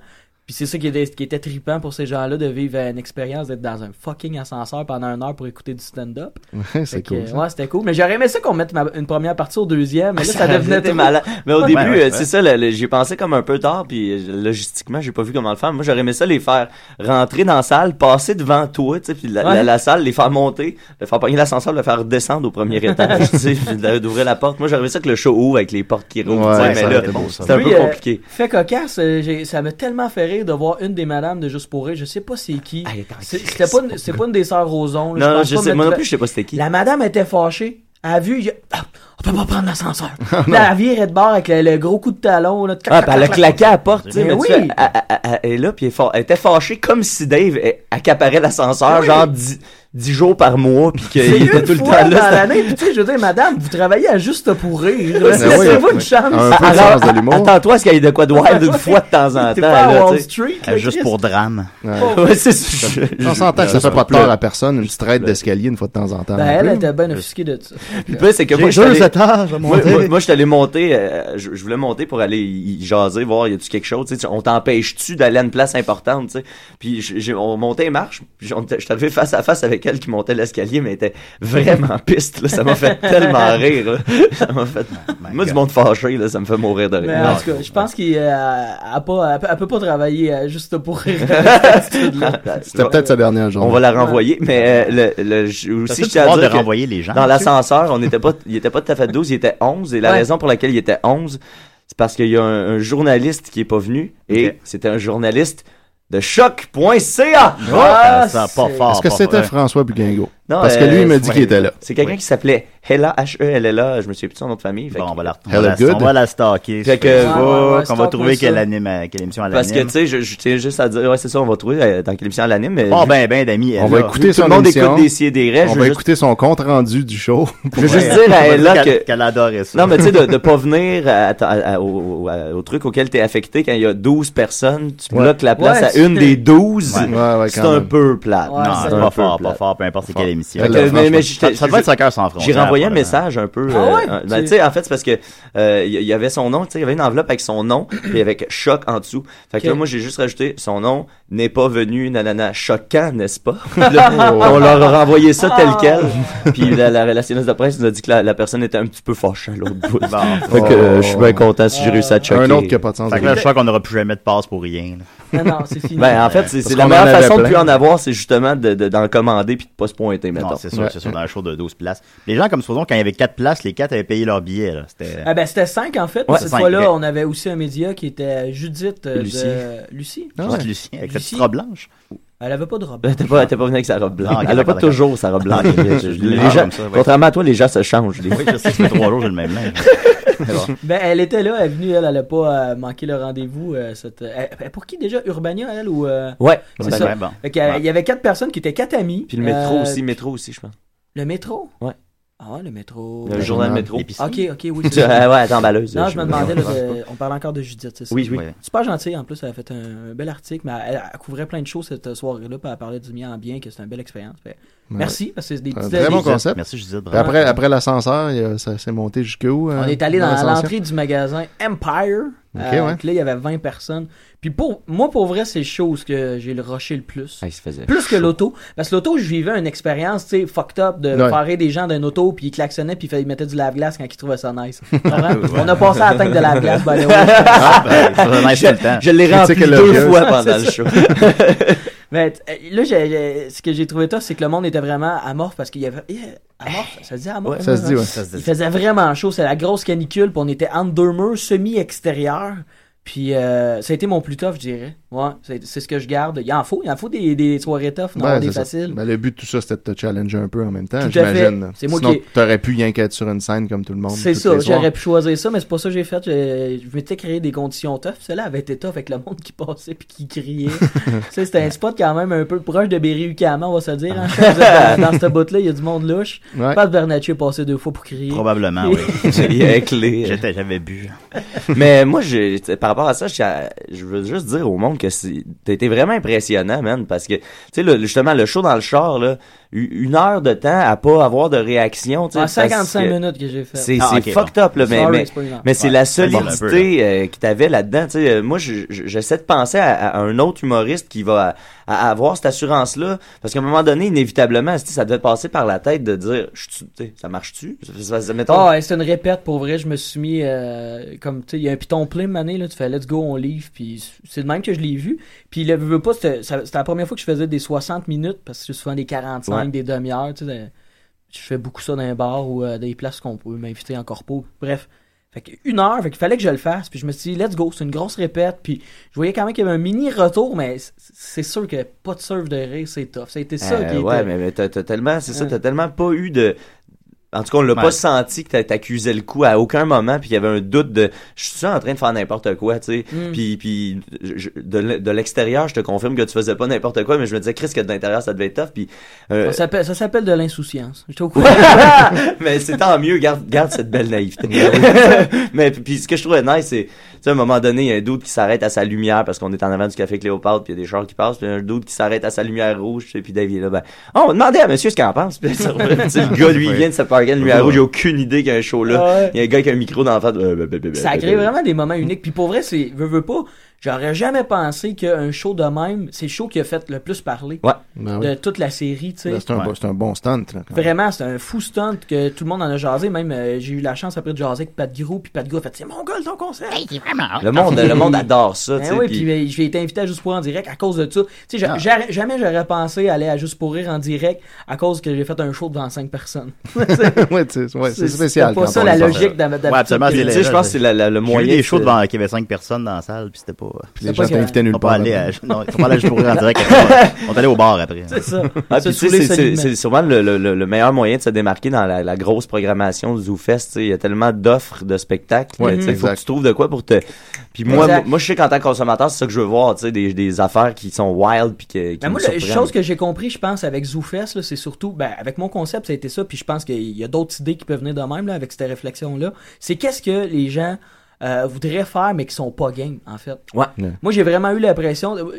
Puis c'est ça qui était, qui était trippant pour ces gens-là de vivre euh, une expérience d'être dans un fucking ascenseur pendant une heure pour écouter du stand-up. Fait
c'est
que,
cool. ça.
ouais, c'était cool. Mais j'aurais aimé ça qu'on mette ma- une première partie au deuxième,
Ah,
mais là, ça, devenait
C'était
trop-
malade. Mais au
Ouais,
début,
ouais,
euh,
ouais.
c'est ça, le- le- j'y ai pensé comme un peu tard, puis euh, logistiquement, j'ai pas vu comment le faire. Moi, j'aurais aimé ça les faire rentrer dans la salle, passer devant toi, tu sais, puis la,
Ouais.
la- la salle, les faire monter, le faire pogner l'ascenseur, le faire descendre au premier étage, tu sais, puis d'a- d'ouvrir la porte. Moi, j'aurais aimé ça que le show ouvre avec les portes qui rouvrent,
Ouais,
tu
ça
sais, mais
aurait
là,
été beau, ça.
c'est un
Lui,
peu
euh,
compliqué.
Fait cocasse, euh, j'ai- ça m'a tellement fait rire de voir une des madames de Juste pour rire, je sais pas c'est qui.
Ah, Elle est en
C'est-
crise.
C'était pas, une- c'est pas une des sœurs Roson. là.
Non, non,
pense
je
pas
sais,
mettre-
moi non plus, je sais pas c'était qui.
La madame était fâchée. Elle a vu, il a- Ah, on peut pas prendre l'ascenseur. là, elle virait de bord avec le, le gros coup de talon. Là,
Ah, puis elle a claqué à la porte, tu sais,
Mais
mais tu
oui.
fais, elle- elle- elle- elle est là, puis elle est fa- elle était fâchée comme si Dave euh, accaparait l'ascenseur, genre dix dix jours par mois, puis
C'est
qu'il
une
était tout le
fois
temps
dans
là.
l'année, puis tu sais, je veux dire, madame, vous travaillez à juste pour rire. là.
Ben
Laissez-vous
oui,
une
oui.
chance. Ah,
Un peu de
Alors,
sens de l'humour.
Attends-toi à ce qu'il y ait de quoi de wild une fois de temps en temps.
T'es pas à
là,
Wall
tu sais. Ah,
Street,
Euh,
là,
Juste
Chris.
pour drame.
Ouais, c'est ça. Je-
On s'entend que ça fait pas de tort à personne, une petite raide d'escalier une fois de temps en temps.
Ben,
non
elle
plus.
était bien offusquée de ça.
Puis là, c'est que moi,
J'ai
je suis
deux
allé-
étages à
moi,
monter.
moi- moi, je suis allé monter, euh, je, je voulais monter pour aller y y jaser, voir, y a-tu quelque chose, tu sais, tu- on t'empêche-tu d'aller à une place importante, tu sais. Puis je- j'ai- on montait les marches, puis j'en- j'étais arrivé face à face avec elle qui montait l'escalier, mais elle était vraiment piste, là, ça m'a fait tellement rire, là. ça m'a fait...
my
Moi, du
God.
monde fâché, là, ça me fait mourir de rire.
Mais euh,
Non,
en tout cas, je pense qu'elle pas, elle peut- elle peut pas travailler à juste pour rire. avec cette attitude-là.
C'était peut-être sa dernière journée.
On va la renvoyer, mais euh, le, le, je- aussi,
Si
je
tu
tiens à
pouvoir de
dire que-
renvoyer les gens.
Dans l'ascenseur, on était pas, il était pas tout à fait 12, il était 11. Et la
Ouais.
raison pour laquelle il était 11, c'est parce qu'il y a un, un journaliste qui est pas venu. Et
Ok.
c'était un journaliste de choc.ca.
Ah, ça sent pas
c'est-
fort.
Est-ce que
pas
c'était
vrai.
François Bugingo?
Non,
Parce que
euh,
lui, il m'a dit
ouais.
qu'il était là.
C'est quelqu'un qui s'appelait Hella, E H-E-L-L-A, je me souviens plus de son nom de famille. Fait
Bon,
que-
on va la, on
Hello
va la-
good.
on va la stocker.
Fait
sur
que-
Facebook.
Ouais, ouais, ouais,
on va
stock-moi
trouver
ça.
quelle, anime, à- quelle émission
ben,
elle
parce que,
anime.
tu sais, je, je tiens juste à dire, ouais, c'est ça, on va trouver euh, dans quelle émission à l'anime. mais
Oh,
vu-
ben, ben, d'amis.
On va
Ella.
écouter
tout le
son
monde
émission.
écoute des si et des
On
raies. Eh, je
va
veux juste,
écouter son compte rendu du show.
je veux juste
Ouais.
dire à
On va
Ella
dire
que...
qu'elle- qu'elle adorait ça.
Non, mais tu sais, de, de pas venir à- à- à- au, au- à- au truc auquel t'es affecté quand il y a 12 personnes, tu
Ouais.
bloques la place
Ouais,
à
c'est-
une des 12.
Ouais.
Ouais, ouais,
c'est
quand
un
même.
peu plat.
Ouais,
non,
c'est
c'est
un
pas fort, pas fort, peu importe c'est quelle émission.
Fait que-
Ça-
franchement,
mais mais j'étais-
Ça doit être 5 heures sans front.
j'ai renvoyé un message un peu.
Ah
euh,
ouais?
un- ben,
Tu-
tu sais, en fait, c'est parce que euh, il y, il y avait son nom, tu sais, il y avait une enveloppe avec son nom, puis avec choc en dessous. Fait que
Ok.
là, moi, j'ai juste rajouté son nom n'est pas venu, nanana, choquant, n'est-ce pas? Là, on leur a renvoyé ça tel quel. puis la, la relationniste de presse nous a dit que la, la personne était un petit peu fâchée à l'autre bout.
Bon.
Fait que euh, je suis bien content si j'ai réussi à te choquer.
Un autre qui a pas de sens.
Fait que là, je crois qu'on n'aura plus jamais de passe pour rien. là.
Non, non, c'est fini.
Ben, en fait, c'est c'est
qu'on
la
en
meilleure
avait
façon de
plein.
plus en avoir, c'est justement de- de- d'en commander puis de pas se pointer. pointer, mettons.
Non, c'est sûr,
Ouais.
c'est sûr, dans un show de 12 places. Les gens, comme supposons, quand il y avait 4 places, les 4 avaient payé leur billet. Là. C'était... euh,
Ah ben c'était 5 en fait.
Ouais,
cette
cinq,
fois-là,
ok.
on avait aussi un média qui était Judith euh,
Lucie.
de Lucie.
Ah
Juste
ouais.
Lucien, avec
Lucie.
cette robe blanche.
Elle avait pas de robe.
Elle était pas, elle était pas venue avec sa robe blanche.
Ah, ok,
elle a pas
d'accord, d'accord.
toujours sa robe blanche.
Ah, ok.
Les
Je
gens-
l'ai comme ça, ouais.
Contrairement à toi, les gens se changent. des
Oui, je sais, ça fait 3 jours, j'ai le même linge. Mais bon.
Ben elle était là, elle est venue, elle, elle a pas euh, manqué le rendez-vous. euh, cette- euh, elle- pour qui déjà Urbania elle ou euh,
Ouais,
C'est
Ben,
ça.
Ouais, bon.
fait qu'il y avait-
Ouais.
il y avait quatre personnes qui étaient quatre amis.
Puis le métro
Euh,
aussi, métro aussi, je pense.
Le métro
Ouais.
Ah ouais, le métro.
Le journal métro.
L'épicerie.
Ok, ok, oui.
Tu-
c'est
ah
ça.
ouais, attends, balleuse.
Non, je me demandais, là,
Ouais.
de- on parle encore de Judith, c'est ça?
Oui, oui.
Ouais.
Super gentille, en plus, elle a fait un, un bel article, mais elle, elle couvrait plein de choses cette soirée-là, puis elle parlait du mien en bien, que c'était une belle expérience. Fait, Merci, parce que c'est des
Un
petits...
très
des-
bon
des-
concept.
Merci, Judith.
Puis
Bravo.
après, après l'ascenseur, il y a- ça s'est monté jusqu'où? euh,
On est allé dans, l'entrée du magasin Empire.
Ok,
euh,
ouais.
puis là, il y avait 20 personnes. Puis pour moi, pour vrai, c'est les choses que j'ai le rushé le plus.
Ah, il se faisait.
Plus que l'auto. Parce que l'auto, je vivais une expérience, tu sais, fucked up, de
Ouais.
parer des gens d'un auto, puis ils klaxonnaient, puis ils faisaient- ils mettaient du lave-glace quand ils trouvaient ça nice. Vraiment, On a passé à la tank de lave-glace, by the way.
Ah, ben, ça va nice tout le temps.
Je l'ai rempli
Critique
deux
élogieuse.
fois pendant le show.
Mais t- euh, là, j'ai- j'ai- ce que j'ai trouvé tough, c'est que le monde était vraiment amorphe parce qu'il y avait. Yeah, amorphe,
Eh,
ça se dit amorphe.
Ça se dit, ouais.
Ça se
Il
dit.
faisait vraiment chaud, c'est la grosse canicule, puis on était entre deux murs, semi-extérieur. Puis euh, ça a été mon plus tough, je dirais. Ouais, c'est c'est ce que je garde. Il en faut, il en faut des, des soirées tough, non
Ouais,
des
c'est ça.
faciles.
Ben, le but de tout ça, c'était de te challenger un peu en même
Tout
temps,
à
j'imagine.
fait. C'est moi
Sinon,
qui-
t'aurais pu rien qu'être sur une scène comme tout le monde.
C'est
toutes
ça,
les soirs.
j'aurais pu choisir ça, mais c'est pas ça que j'ai fait. Je, je m'étais créé des conditions tough. Cela avait été tough avec le monde qui passait puis qui criait. tu sais, c'était un spot quand même un peu proche de Berry-UQAM, on va se dire. hein. Vous êtes dans, dans ce bout-là, il y a du monde louche.
Ouais.
Pat Bernatchez est passé deux fois pour crier.
Probablement, oui.
Il y a un clé.
J'étais, j'avais bu.
Mais moi, j'ai- t'sais, par rapport à ça, j'ai- je veux juste dire au monde que c'est- t'as été vraiment impressionnant, man, parce que, tu sais, le- justement, le show dans le char, là, u- une heure de temps à pas avoir de réaction, tu sais.
Ah,
parce
55
que
minutes que j'ai fait.
C'est
Ah,
c'est
ok, bon.
fucked up, là, mais,
Sorry,
mais,
c'est pas grave.
mais c'est
Ouais,
la
ça parle un peu,
solidité euh, qui t'avait là-dedans. Tu sais, euh, moi, je- je- j'essaie de penser à, à un autre humoriste qui va à- à avoir cette assurance-là, parce qu'à un moment donné, inévitablement, tu sais, ça devait passer par la tête de dire, Je suis- tu sais, ça marche-tu? Ça- ça- ça- mettons-
Ah, ouais, c'est une répète pour vrai. Je me suis mis euh, comme tu sais, il y a un piton plein mané là. Tu fais let's go, on livre. Puis c'est de même que je l'ai vu. Puis le veux pas, c'était ça- c'était la première fois que je faisais des 60 minutes parce que c'est souvent des 45,
Ouais.
des demi-heures. Tu sais, de- je fais beaucoup ça dans un bar ou euh, des places qu'on peut m'inviter en corpo. Bref. Fait que une heure, fait qu'il fallait que je le fasse. Puis je me suis dit, let's go, c'est une grosse répète. Puis je voyais quand même qu'il y avait un mini retour, mais c- c'est sûr que pas de surf de rire, c'est tough. Ça a été ça
Euh,
qui
ouais,
était-
mais, mais t'as t'as tellement, c'est ça,
Ouais.
t'as tellement pas eu de. En tout cas, on l'a
Ouais.
pas senti que t'a- t'accusais le coup à aucun moment, puis il y avait un doute de je suis en train de faire n'importe quoi, tu sais.
Mm.
Puis, puis je- de l'- de l'extérieur, je te confirme que tu faisais pas n'importe quoi, mais je me disais, Chris, que de l'intérieur, ça devait être tough. Puis, euh,
Ça s'appelle- ça s'appelle de l'insouciance. J'étais au courant.
mais c'est tant mieux, garde, garde cette belle naïveté. mais puis, puis ce que je trouvais nice, c'est, tu sais, à un moment donné, il y a un doute qui s'arrête à sa lumière parce qu'on est en avant du café Cléopâtre, puis il y a des chars qui passent, puis il y a un doute qui s'arrête à sa lumière rouge, tu sais, puis Dave il est là, ben, oh, on va demander à monsieur ce qu'il en pense. Puis ça, tu sais, le gars, lui, il vient de se parquer à une lumière rouge, il a aucune idée qu'il y a un show là.
Ah Ouais.
Il y a un gars qui a un micro dans la face. euh, ben, ben, ben, ben,
Ça
ben,
crée
ben.
vraiment des moments uniques. Puis pour vrai, c'est veux, veux pas. J'aurais jamais pensé qu'un show de même, c'est le show qui a fait le plus parler
Ouais.
Ben oui.
de toute la série, tu sais.
Là, C'est un,
Ouais.
bon- c'est un bon stunt. Là, quand même.
Vraiment, c'est un fou stunt que tout le monde en a jasé. Même euh, j'ai eu la chance après de jaser avec Pat Giroux, puis Pat Giroux a fait c'est mon gars ton concert.
Le monde, le monde adore ça, tu
Ben
sais.
oui,
puis-
puis ben, j'ai été invité à Juste pour Rire en direct à cause de ça. Tu sais, j'a-
Ah.
j'aurais- jamais j'aurais pensé aller à Juste pour rire en direct à cause que j'ai fait un show devant cinq personnes. C'est-
ouais, tu sais, ouais, c'est
c'est
spécial.
pas
quand
ça
on
la
le sort.
logique d'hab- d'habitude.
Ouais, absolument,
que-
puis, tu sais, je pense que c'est la- la- le
J'ai eu
moyen.
des shows
c'est-
devant qu'il y avait 5 personnes dans la salle, puis c'était pas.
Puis
C'est
Les
pas
gens
que-
t'invitaient
On
nulle
va pas
part.
aller
là.
à. Non, on va pas aller à Jour en direct. après. On est allé au bar après.
C'est ça.
Ah,
Se
puis tu sais,
saouler
c'est- c'est
solidement.
c'est sûrement le, le- le- le meilleur moyen de se démarquer dans la, la grosse programmation du ZooFest. tu sais. Il y a tellement d'offres de spectacles.
Ouais,
que, tu sais, faut que
exact.
tu trouves de quoi pour te. Puis moi,
Exact.
moi, moi, je sais qu'en tant que consommateur, c'est ça que je veux voir. tu sais, Des, des affaires qui sont wild. Puis que, qui
Ben,
me
moi, la
surprennent.
chose que j'ai compris, je pense, avec ZooFest, là, c'est surtout, ben, avec mon concept, ça a été ça, puis je pense qu'il y a d'autres idées qui peuvent venir de même, là, avec cette réflexion-là. C'est qu'est-ce que les gens euh, voudraient faire, mais qui sont pas game, en fait.
Ouais.
Ouais.
Moi, j'ai vraiment eu l'impression de, de,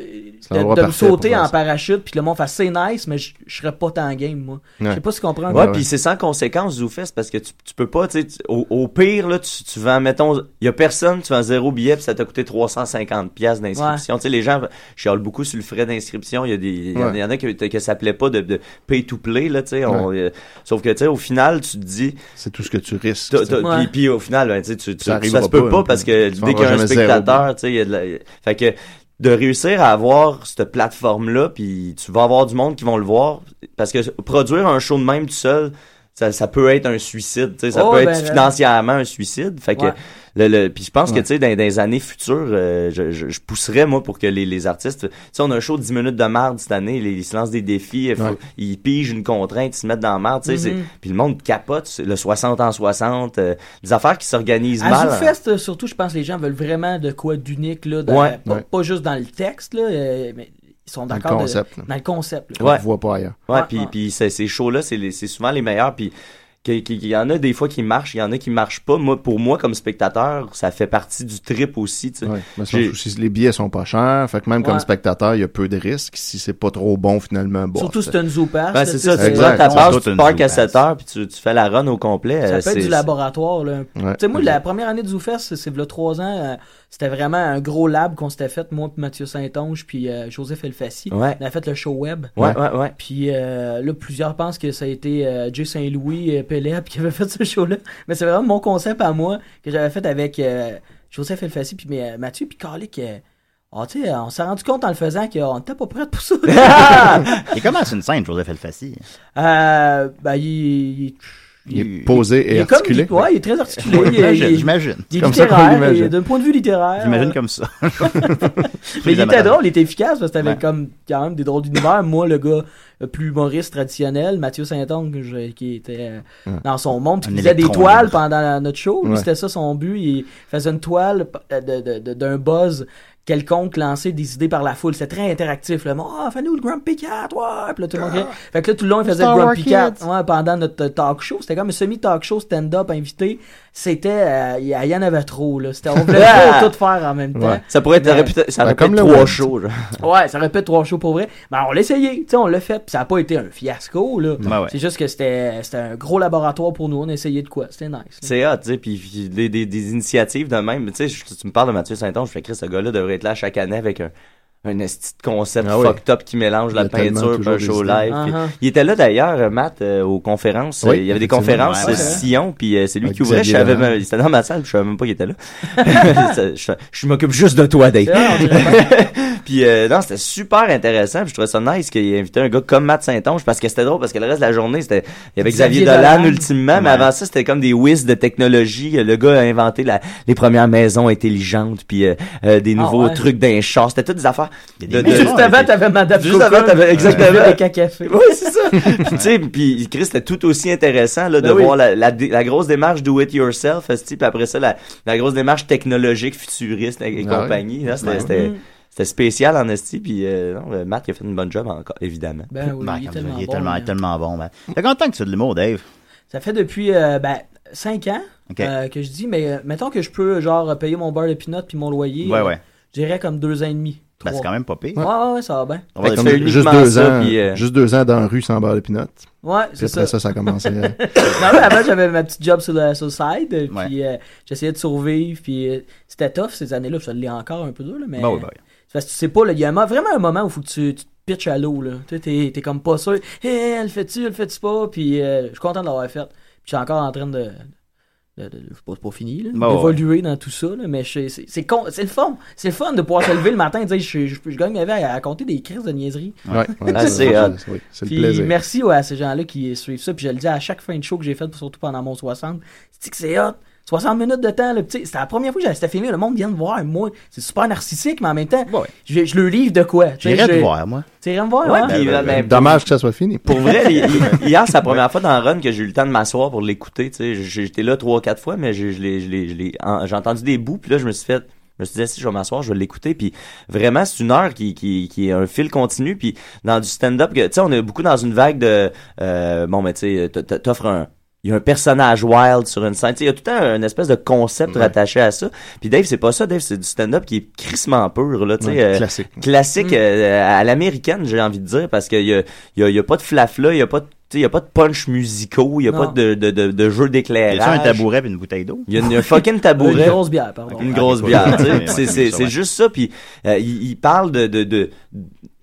l'endroit
de me
parfait
sauter
pour faire
en
ça.
parachute, puis que le monde fasse c'est nice, mais je je serais pas tant game, moi. Je sais
Ouais.
pas si tu comprends.
Ouais,
Ben ouais.
puis c'est sans conséquence ZooFest parce que tu, tu peux pas, tu sais, tu- au, au pire, là, tu, tu vends, mettons, il y a personne, tu vends zéro billet puis ça t'a coûté 350 pièces d'inscription. Tu sais, les gens chialent beaucoup sur le frais d'inscription. Il y a des, il y en-
Ouais.
il y en a que, que ça plaît pas de, de pay to play, là, tu sais. on- euh, sauf que, tu sais, au final, tu te dis,
C'est tout ce que tu risques.
T'as-
tu sais.
t'as-
Ouais.
Puis, puis au final, ben, tu sais, tu, tu-
Ça
ça,
arrivera
se peut
pas,
pas,
hein.
parce que
Tu
dès qu'il y
vendras
a un
jamais zéro.
spectateur, tu sais, il y a de la... Fait que de réussir à avoir cette plateforme-là, puis tu vas avoir du monde qui vont le voir. Parce que produire un show de même tout seul, ça, ça peut être un suicide, tu sais, ça
Oh,
peut
ben,
être
ben.
financièrement un suicide. Fait que
Ouais.
le, le- puis je pense que
Ouais.
tu sais dans, dans les années futures, euh, je, je, je pousserais moi pour que les, les artistes, tu sais, on a un show de 10 minutes de merde cette année, les- ils se lancent des défis, il faut-
Ouais.
ils pigent une contrainte, ils se mettent dans la merde, tu sais,
Mhm.
c'est- puis le monde capote, c'est le 60 en 60, euh, les affaires qui s'organisent
À
mal. hein.
ZooFest, euh, surtout, je pense que les gens veulent vraiment de quoi d'unique, là, dans-
Ouais,
pas,
ouais.
pas juste dans le texte, là, euh, mais ils sont
Dans le
d'accord de-
concept, là.
dans le concept. là.
On
Ouais.
le voit pas ailleurs.
Ouais,
Ouais,
puis
ouais.
puis ces, ces shows-là, c'est les- c'est souvent les meilleurs. Puis qu'il qu'il- qu'il y en a des fois qui marchent, il y en a qui marchent pas. Moi, pour moi, comme spectateur, ça fait partie du trip aussi. tu sais.
Ouais. Mais sans
J'ai-
souci, les billets sont pas chers. Fait que même comme
Ouais.
spectateur, il y a peu de risques. Si c'est pas trop bon, finalement, bon.
surtout si
c'est-
c'est une zoopass.
Ben,
là,
c'est
tu
ça,
sais,
tu
exact.
prends ta
Ça
base,
doit
tu
être
pars
une
qu'à
zoopass.
7 heures, puis tu, tu fais la run au complet.
Ça
euh,
peut
c'est-
être du laboratoire. là.
Ouais.
Tu sais, moi, la première année de ZooFest, c'est c'est v'là trois ans, euh, c'était vraiment un gros lab qu'on s'était fait, moi, puis Mathieu Saint-Onge, puis euh, Joseph Elfassi.
Ouais.
On a fait le show web.
Ouais, ouais, ouais.
Puis euh, là, plusieurs pensent que ça a été euh, Jay Saint-Louis, euh, Pellet, puis qui avait fait ce show-là. Mais c'est vraiment mon concept à moi que j'avais fait avec euh, Joseph Elfassi, puis mais, euh, Mathieu, puis Carlic. euh, ah, tu sais, on s'est rendu compte en le faisant qu'on n'était pas prêts pour ça.
Il commence une scène, Joseph Elfassi.
euh, ben, il, il,
Il est posé et
il est comme-
articulé.
ouais, il est très articulé. il, est- il
J'imagine,
est-
j'imagine.
il est
Comme ça qu'on
littéraire,
l'imagine.
et d'un point de vue littéraire.
J'imagine
euh,
comme ça.
Mais il était drôle, il était efficace parce que t'avais
Ouais.
comme quand même des drôles d'univers. Moi, le gars euh, plus humoriste traditionnel, Mathieu Saint-Onge, je- qui était euh, dans son monde,
Un
puis qui faisait des
électron
toiles
libre.
pendant la- notre show. Lui,
Ouais.
c'était ça son but. Il faisait une toile p- euh, de- de- de- d'un buzz quelconque lancé des idées par la foule. C'était très interactif. Là. Ah, fais-nous le Grumpy Cat, ouais! Puis là,
Ah.
tout le monde criait. Fait que là, tout le long, il faisait le
Star Wars
Grumpy Cat
Kids.
ouais, pendant notre euh, talk show. C'était comme un semi-talk show stand-up invité. C'était... euh, Il y en avait trop, là. C'était... On voulait
Ah!
trop tout faire en même temps.
Ouais.
Ça pourrait être,
Mais-
ça aurait pu- ça aurait pu
Ben, comme
être
le
trois
web.
shows. genre.
Ouais, ça répète trois shows pour vrai. Mais on l'a essayé, tu sais, on l'a fait, puis ça a pas été un fiasco, là.
Ben ouais.
C'est juste que c'était c'était un gros laboratoire pour nous, on a essayé de quoi, c'était nice. là.
C'est hot, tu sais, puis- puis des, des, des initiatives de même. Tu sais, je- tu me parles de Mathieu Saint-Onge, je fais Chris, ce gars-là devrait être là chaque année avec un, un esti de concept
Ah oui.
fucked up qui mélange
Il
la
a tellement
peinture, puis
toujours
un
des
show
idées.
live. puis-
Uh-huh.
Il était là d'ailleurs, euh, Matt, euh, aux conférences.
Oui,
Euh, il y avait des
effectivement.
conférences
Ouais,
euh,
ouais.
Sillon, puis euh, c'est lui
Avec
qui ouvrait. Je
Xavier
savais
Dolan.
même, il était dans ma salle, je savais même pas qu'il était là. je je m'occupe juste de toi, Dave.
C'est vrai, on dirait pas.
Puis euh, non, c'était super intéressant. Puis je trouvais ça nice qu'il ait invité un gars comme Matt Saint-Onge parce que c'était drôle parce que le reste de la journée, c'était il y avait Xavier,
Xavier
Dolan,
Dolan.
ultimement, mais
Ouais.
avant ça, c'était comme des whiz de technologie. Euh, Le gars a inventé la, les premières maisons intelligentes puis euh, euh, des
Ah,
nouveaux
ouais.
trucs d'un char, c'était toutes des affaires.
Il y a des
ben, de-
Juste avant, t'avais Madame euh,
Juste avant, t'avais- exactement.
Des café.
Oui, c'est ça. Puis, tu sais, puis Chris, c'était tout aussi intéressant là, de
Ben oui.
voir la, la, dé- la grosse démarche do it yourself, esti, puis après ça, la, la grosse démarche technologique, futuriste et, et
Ah oui.
compagnie. là, C'était
Ouais.
c'était- c'était spécial en esti, puis euh, non, euh, Matt il a fait une bonne job encore, évidemment.
Ben oui,
Ben,
il
comme
est
ça,
tellement,
il est
bon, hein.
tellement,
man.
tellement bon. man. T'es content que tu aies de l'humour, Dave?
Ça fait depuis, euh, ben, cinq ans
Ok.
euh, que je dis, mais euh, mettons que je peux, genre, payer mon beurre de pinot puis mon loyer.
ouais,
euh,
ouais.
Je dirais comme deux ans et demi.
Ben, c'est
trois.
quand même pas pire.
Ouais, ouais, ouais, ça va bien.
On va
Fait
dire
que
comme-
c'est
Juste
uniquement
deux
ça,
ans,
puis, euh,
juste deux ans dans la rue sans barre de pinot.
Ouais,
Puis
c'est
après
ça.
ça, ça a commencé. euh,
Non, mais avant, j'avais ma petite job sur le, sur le side, euh,
Ouais.
puis euh, j'essayais de survivre, puis euh, c'était tough ces années-là, puis ça l'est encore un peu dur, là, mais...
Ben oui, ben oui.
C'est Parce que tu sais pas, là, il y a un mo- vraiment un moment où faut que tu, tu te pitches à l'eau, là. Tu sais, t'es t'es comme pas sûr. Eh, Hé, le fais-tu, le fais-tu pas? Puis euh, je suis content de l'avoir fait. Puis je suis encore en train de... de- de- je sais pas, c'est pas fini, là.
Ben ouais.
d'évoluer dans tout ça, là, mais je sais- c'est c'est con- c'est le fun. C'est le fun de pouvoir se lever le matin et dire, je, je, je, gagne ma vie à raconter des crises de niaiserie.
ouais, ouais,
Ah, c'est hot.
oui, c'est le
Puis
plaisir.
merci ouais, à ces gens-là qui suivent ça. Puis je le dis à chaque fin de show que j'ai fait, surtout pendant mon 60. C'est que c'est hot. 60 minutes de temps, là, pis tu sais, c'était la première fois que j'avais cette filmé, le monde vient de voir, moi, c'est super narcissique, mais en même temps,
Ouais.
je, je le livre de quoi? tu sais,
J'irai
je-
te voir, moi.
T'irais me voir,
Ouais,
hein?
puis,
ben,
euh,
ben,
ben,
Dommage que ça soit fini.
Pour vrai, hi- hi- hier, c'est la première fois dans Run que j'ai eu le temps de m'asseoir pour l'écouter. tu sais. J'ai- J'étais là trois, quatre fois, mais j'ai je l'ai- je l'ai- je l'ai- en- j'ai entendu des bouts, puis là, je me suis fait. Je me suis dit, si je vais m'asseoir, je vais l'écouter. Puis vraiment, c'est une heure qui, qui, qui est un fil continu. Puis dans du stand-up, que- tu sais, on est beaucoup dans une vague de. euh, bon, mais tu sais, t- t- t'offres un. Il y a un personnage wild sur une scène. Tu sais, il y a tout le temps un espèce de concept rattaché à ça. Puis Dave, c'est pas ça. Dave, c'est du stand-up qui est crissement pur. Là, tu sais,
Ouais,
euh,
classique.
classique
Mm.
euh, à l'américaine, j'ai envie de dire, parce qu'il y a, y, a, y a pas de flafla, il y a pas de tu sais, y a pas de punch musicaux, il y a pas
Non.
de, de, de, de
Il
jeu
y a
d'éclairage.
un tabouret et une bouteille d'eau.
Il y a une- un fucking
Une
tabouret,
grosse bière, pardon.
une
Ouais,
grosse
ok,
bière.
cool.
tu sais.
Ouais,
Puis
ouais,
c'est
comme
c'est
ça,
c'est
ouais.
juste ça. Puis euh, il, il parle de, de, de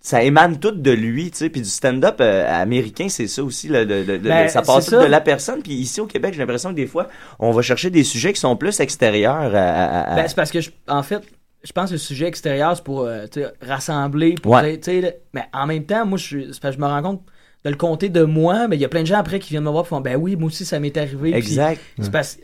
ça émane tout de lui, tu sais. Puis du stand-up euh, américain, c'est ça aussi. Le, le- le- le-
Ben,
ça passe
c'est
tout
ça.
de la personne. Puis ici au Québec, j'ai l'impression que des fois, on va chercher des sujets qui sont plus extérieurs. À, à- à-
Ben, c'est parce que, je, en fait, je pense que le sujet extérieur, c'est pour euh, tu sais, rassembler. Pour,
Ouais.
tu sais, là, mais en même temps, moi, je, suis- c'est parce que je me rends compte de le compter de moi, mais il y a plein de gens après qui viennent me voir et font Ben oui, moi aussi, ça m'est arrivé. Puis
Exact.
C'est parce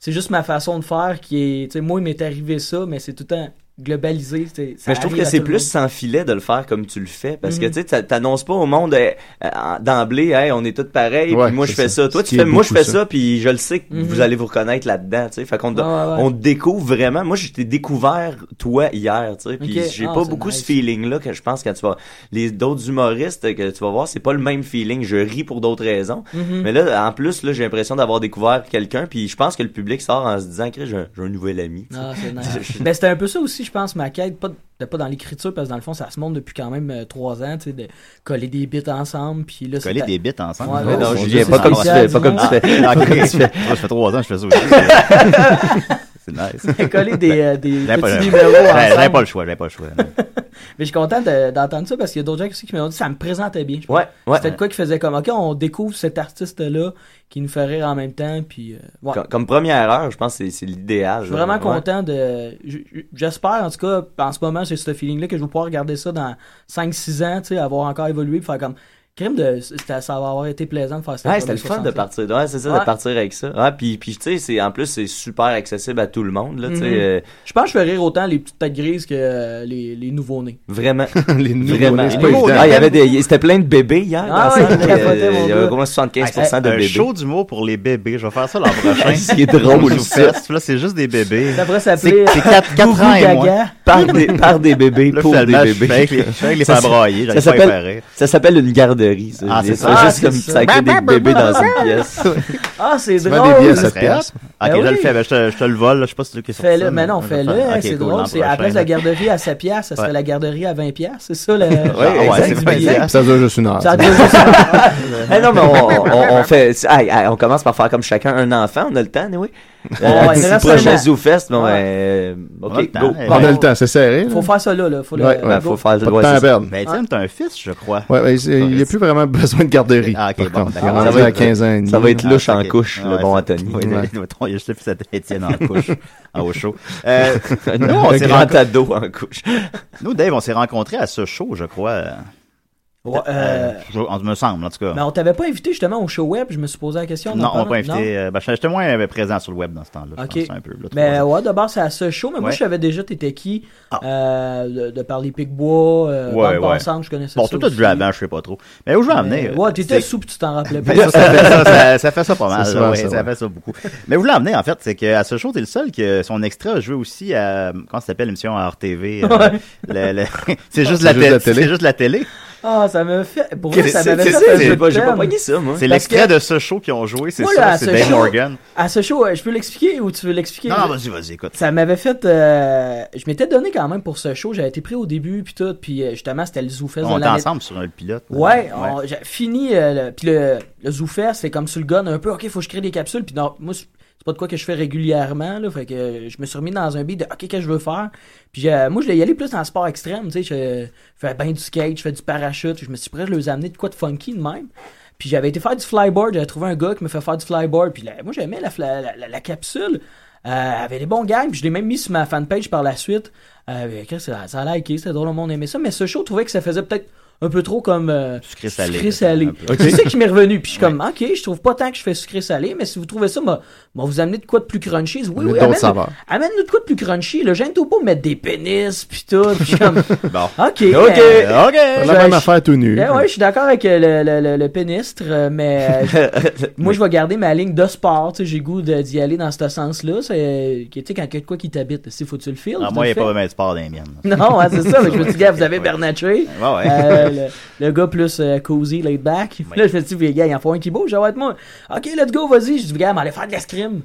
c'est juste ma façon de faire qui est. Tu sais, moi, il m'est arrivé ça, mais c'est tout le temps globalisé. tu sais, ça
Mais je trouve
arrive
que
à
c'est
tout le
plus
monde.
sans filet de le faire comme tu le fais. Parce que
Mhm.
tu sais, t'a- t'annonces pas au monde eh, euh, d'emblée, hey, on est tous pareils,
Ouais,
puis moi je
c'est
fais
ça.
ça. Toi,
Ce
tu
qui est
fais, moi je
beaucoup
fais
ça.
ça, puis je le sais que
Mhm.
vous allez vous reconnaître là-dedans. tu sais. Fait qu'on te-
Ah, ouais, ouais.
on te découvre vraiment. Moi, je t'ai découvert toi hier, tu sais. Puis
Ok.
j'ai
Ah,
pas
c'est
beaucoup ce
nice.
feeling-là que je pense quand tu vas. Les d'autres humoristes que tu vas voir, c'est pas le même feeling. Je ris pour d'autres raisons.
Mhm.
Mais là, en plus, là, j'ai l'impression d'avoir découvert quelqu'un. Puis je pense que le public sort en se disant, Chris, j'ai un, j'ai un nouvel ami.
Ah, c'est nice. ben, c'était un peu ça aussi, je pense, ma quête, pas, de- pas dans l'écriture, parce que dans le fond, ça se monte depuis quand même euh, trois ans, tu sais, de coller des bits ensemble, puis là,
Coller
c'était-
des bits ensemble.
Ouais,
Oh,
non,
mon Dieu,
je viens
c'est
pas comme
nice.
tu fais, pas comme tu fais.
Ah, ok. Moi, Ça fait trois ans que je fais ça aussi. C'est nice.
coller des, euh, des
Ben,
J'avais pas,
petits
le-
numéros
j'avais- j'avais pas
ensemble.
le choix, j'avais pas le choix. non.
Mais je suis content de- d'entendre ça, parce qu'il y a d'autres gens aussi qui m'ont dit ça me présentait bien. je pense.
Ouais, ouais.
C'était de quoi qui faisait comme, OK, on découvre cet artiste-là qui nous fait rire en même temps, puis... euh, ouais.
Comme, comme première heure, je pense que c'est- c'est l'idéal.
Je suis vraiment
là. Ouais.
content de. j- j- J'espère, en tout cas, en ce moment, j'ai ce feeling-là que je vais pouvoir regarder ça dans 5-6 ans, tu sais, avoir encore évolué, puis faire comme. Crime de. c'était- Ça va avoir été plaisant de faire ça.
Ouais, c'était le fun de partir. Ouais, c'est ça, de
Ouais.
partir avec ça. Ouais, puis, puis tu sais, c'est- en plus, c'est super accessible à tout le monde, là, tu sais.
Mhm.
euh,
Je pense que je vais rire autant les petites têtes grises que euh, les, les nouveaux-nés.
vraiment.
Les
Vraiment.
nouveaux-nés, c'est pas évident.
Ah, il y avait des, il- c'était plein de bébés hier.
Ah
dans la
ouais,
salle,
ils
là.
capotaient, mon
il y avait
gars.
au moins 75% de
un
bébés.
show d'humour pour les bébés. Je vais faire ça l'an prochain.
C'est drôle,
Sous
ça.
fest, Là, c'est juste des bébés.
Ça pourrait s'appeler.
C'est 4 ans et moins.
Gaga.
Par des, par des bébés,
Là,
pour des
finalement, je suis
bébés.
avec les- je suis avec les
Ça
faire
s-
brailler.
ça
J'arrive pas à les
s'appelle-
faire rire.
Ça s'appelle une garderie, ça.
Ah, c'est
Ils sont
ça.
juste
Ah,
comme
c'est ça.
sacrer des bébés dans une pièce.
Ah, c'est
Tu vends des
drôle.
billets à
Ça
7
serait
piastres.
Ok,
Ben
je le
oui.
fais, ben, je, te, je te le vole, là, je sais pas si c'est toi qui es sorti
Fais-le.
ça,
Mais non,
je vais
fais-le.
faire-
hein,
ok,
c'est
cool, l'an
drôle. C'est à la
prochain,
place de la
là.
garderie à sa pièce, ça serait
Ouais.
la garderie à 20 piastres. C'est ça le.
ouais,
ça,
c'est
du
pas
billet.
exact.
Ça dure juste une heure.
Ça a
ça.
déjà juste-
Eh non, mais on, on, on fait. c'est- aïe, aïe, on commence par faire comme chacun un enfant, on a le temps, oui.
Ouais, il
le
reste
prochain
seulement.
ZooFest, bon,
Ouais.
ben,
On a le
ok,
temps,
go.
eh.
On a le temps, c'est serré. là.
Faut faire ça là. là. Faut le.
Ouais, ouais,
Ben,
le go.
faut faire le
Pas de
droit.
temps à
c'est ça.
perdre.
Ben, Tim, t'as un fils, je crois.
Ouais, ben, c'est- il n'y a plus vraiment besoin de garderie.
Ah, ok,
par
bon,
contre.
d'accord.
Il est
Ça
rendu
va
à
être-
15 ans et demi.
Ça va être
Ah,
louche en
ok.
couche,
Ouais,
le bon
ça-
Anthony.
Ouais,
Ouais.
Il y a juste le fils Étienne en couche, en au show. Euh, nous, on
un
s'est
grand
rencontrés-
ado en couche.
nous, Dave, on s'est rencontrés à ce show, je crois.
Ouais, euh,
Euh, je- on me semble, en tout cas.
Mais on t'avait pas invité justement au show web, je me suis posé la question.
Non, on
pendant-
m'a pas
non?
invité. euh, ben, J'étais moins euh, présent sur le web dans ce temps-là. je
Ok.
pense, un peu, là,
Mais
trois ans.
ouais, d'abord c'est à ce show, mais moi
Ouais. Ah.
je savais déjà t'étais qui euh, de, de par les Picbois, euh,
Ouais,
Bande
ouais.
Passante, je connaissais
Bon,
ça.
tout a
aussi.
du avant, je sais pas trop. Mais où je vais en venir?
Ouais,
c'est-
t'étais sous puis tu t'en rappelais pas.
Ben, ça, ça fait ça, ça- ça fait ça pas mal.
C'est
là,
souvent
ouais,
ça,
ça,
ouais.
fait ça beaucoup. Mais vous l'emmenez, en fait, c'est qu'à ce show, t'es le seul que son extra a joué aussi à. Comment ça s'appelle l'émission à RTV? euh, le- le- c'est juste, la
juste
té-
la télé.
C'est juste la télé.
Ah, ça m'a fait. Pour
Qu'est-ce
vrai, ça
que
m'avait
c'est-
fait
c'est- c'est-
un jeu
J'ai
de
pas, j'ai pas
thème.
pogné ça, moi.
C'est
Parce
l'extrait
que-
de ce show qu'ils ont joué, c'est
Moi, là,
ça.
à
C'est
ce
Dave
show-
Morgan.
À ce show, euh, je peux l'expliquer ou tu veux l'expliquer
Non, vas-y, vas-y, écoute.
Ça m'avait fait. euh, je m'étais donné quand même pour ce show. J'avais été pris au début, puis tout. Puis euh, justement, c'était le Zoufest
On
de
était
l'année
ensemble sur un pilote.
Ouais, on- j'ai fini. euh, le- puis le, le zoufest, c'est comme sur le gun un peu. Ok, faut que je crée des capsules. Puis non, moi, c'est c'est pas de quoi que je fais régulièrement. Là, fait que euh, je me suis remis dans un beat de ok, qu'est-ce que je veux faire. Puis j'ai- moi, je vais y aller plus dans le sport extrême. Tu sais, je fais ben du skate, je fais du parachute. Je me suis prêt à les amener de quoi de funky de même. Puis j'avais été faire du flyboard. J'avais trouvé un gars qui me fait faire du flyboard. Puis là, moi, j'aimais la, fla- la, la- la capsule. Euh, avait des bons gags, puis je l'ai même mis sur ma fanpage par la suite. Euh, mais Chris, ça ça a liké, c'était drôle, le monde aimait ça. Mais ce show, je trouvais que ça faisait peut-être un peu trop comme euh,
Sucré salé.
salé.
Un peu.
C'est ça qui m'est revenu. Puis je suis comme, ok, je trouve pas tant que je fais sucré salé, mais si vous trouvez ça, moi, moi, vous amenez de quoi de plus crunchy. Oui,
Amenez
oui,
d'autres
amène-
saveurs.
amène-nous de quoi de plus crunchy. Là, j'aime tout pas mettre des pénis, puis tout. Puis je suis comme, ok.
Bon.
euh,
Euh, OK.
La
Je-
même
je-
affaire tout nu.
eh ouais, je suis d'accord avec euh, le, le, le, le pénistre, euh, mais euh, je- moi, je vais garder ma ligne de sport. tu sais, J'ai goût de- d'y aller dans ce sens-là. C'est euh, que, tu sais, quand quelqu'un qui t'habite, s'il faut que tu le files.
Ah,
tu
Moi, il
le
n'y a
fais.
pas même de sport dans les miennes.
Non, ouais, c'est ça. mais je me dis, gars, vous avez Bernatché.
Ouais, ouais.
Euh, le, le gars plus euh, cozy, laid back. Là, je me dis, les gars, il en faut un qui bouge, ça va être moi. Ok, let's go, vas-y. Je dis, gars, mais allez faire de l'escrime.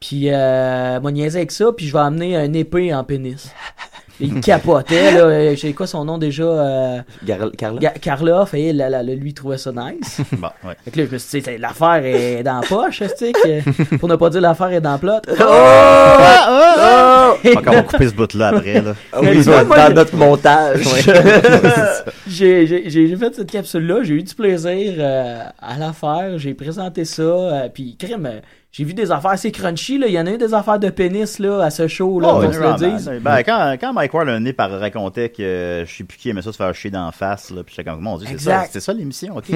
Puis, euh, m'a niaisé avec ça, puis je vais amener un épée en pénis. Il capotait, là. euh, Je sais quoi son nom déjà? euh,
Gar- Carla?
Ga- Karloff, et là, là, là, lui, il trouvait ça nice.
Bon, ouais.
Fait que là, je me suis dit, c'est- l'affaire est dans la poche, tu sais, que- pour ne pas dire l'affaire est dans la Oh!
Oh!
plot.
Fait qu'on va couper ce bout-là après, là.
Ah
Mais
oui,
tu vois, moi,
dans
je-
notre montage.
J'ai j'ai- j'ai fait cette capsule-là, j'ai eu du plaisir euh, à la faire, j'ai présenté ça, euh, puis crème, euh, J'ai vu des affaires assez crunchy, là. Il y en a eu des affaires de pénis, là, à ce show, là,
Oh,
qu'on
ouais,
se le
Ramen.
dise.
Ben, quand, quand Mike Ward, un nez, par racontait que euh, je sais plus qui aimait ça se faire chier d'en face, là, puis j'étais comme, mon Dieu, c'est ça,
Exact.
c'est ça l'émission, ok.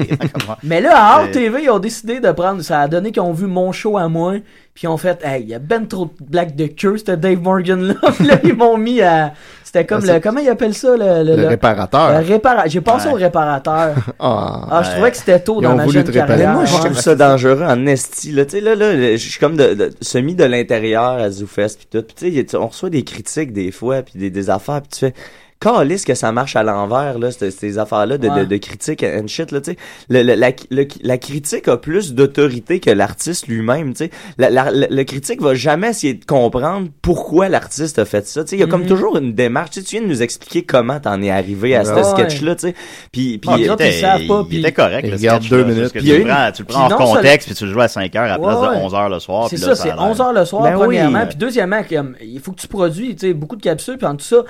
Comment-
Mais là, à Hard
Euh,
TV, ils ont décidé de prendre. Ça a donné qu'ils ont vu mon show à moi. Puis ils ont fait, hey, il y a ben trop de blagues de queue, c'était Dave Morgan là. Puis là, ils m'ont mis à. C'était comme
Ah,
le. Comment ils appellent ça, le.
Le réparateur.
réparateur. J'ai passé au
Ouais.
réparateur.
Ah.
Ah, je trouvais que c'était tôt
Ils ont
dans ma
voulu
jeune
te réparer.
carrière.
Mais
Moi, je
Ouais.
trouve ça dangereux en esti, là. Tu sais, là, là, je suis comme de, de- semi de l'intérieur à Zoufest pis tout. Pis tu sais, y a- tu- on reçoit des critiques des fois pis des, des affaires pis tu fais, calisse que ça marche à l'envers, là, ces, ces affaires-là de, de,
Ouais.
de critique and shit, là, tu sais. Le- le- la, le- la critique a plus d'autorité que l'artiste lui-même, tu sais. La- la- le- le critique va jamais essayer de comprendre pourquoi l'artiste a fait ça, tu sais. Il y a comme
Mhm.
toujours une démarche, tu sais, tu viens de nous expliquer comment t'en es arrivé à ce
Ouais.
sketch-là, tu sais. Puis, puis-
Ah, puis
les autres,
il était-
ils savent pas,
il
puis-
était correct.
Ils
le
regardent
sketch,
deux
là,
minutes,
parce que tu,
puis il y a
le
une-
prends, tu le prends
puis
en
non, ça-
contexte, puis tu le joues à 5 heures à la
Ouais,
place de
ouais.
11 heures le soir.
C'est
Ah, puis
ça,
là,
c'est
a l'air-
11h le soir,
Ben oui.
premièrement. Puis deuxièmement, comme, il faut que tu produis, tu sais, beaucoup de capsules, puis en tout ça.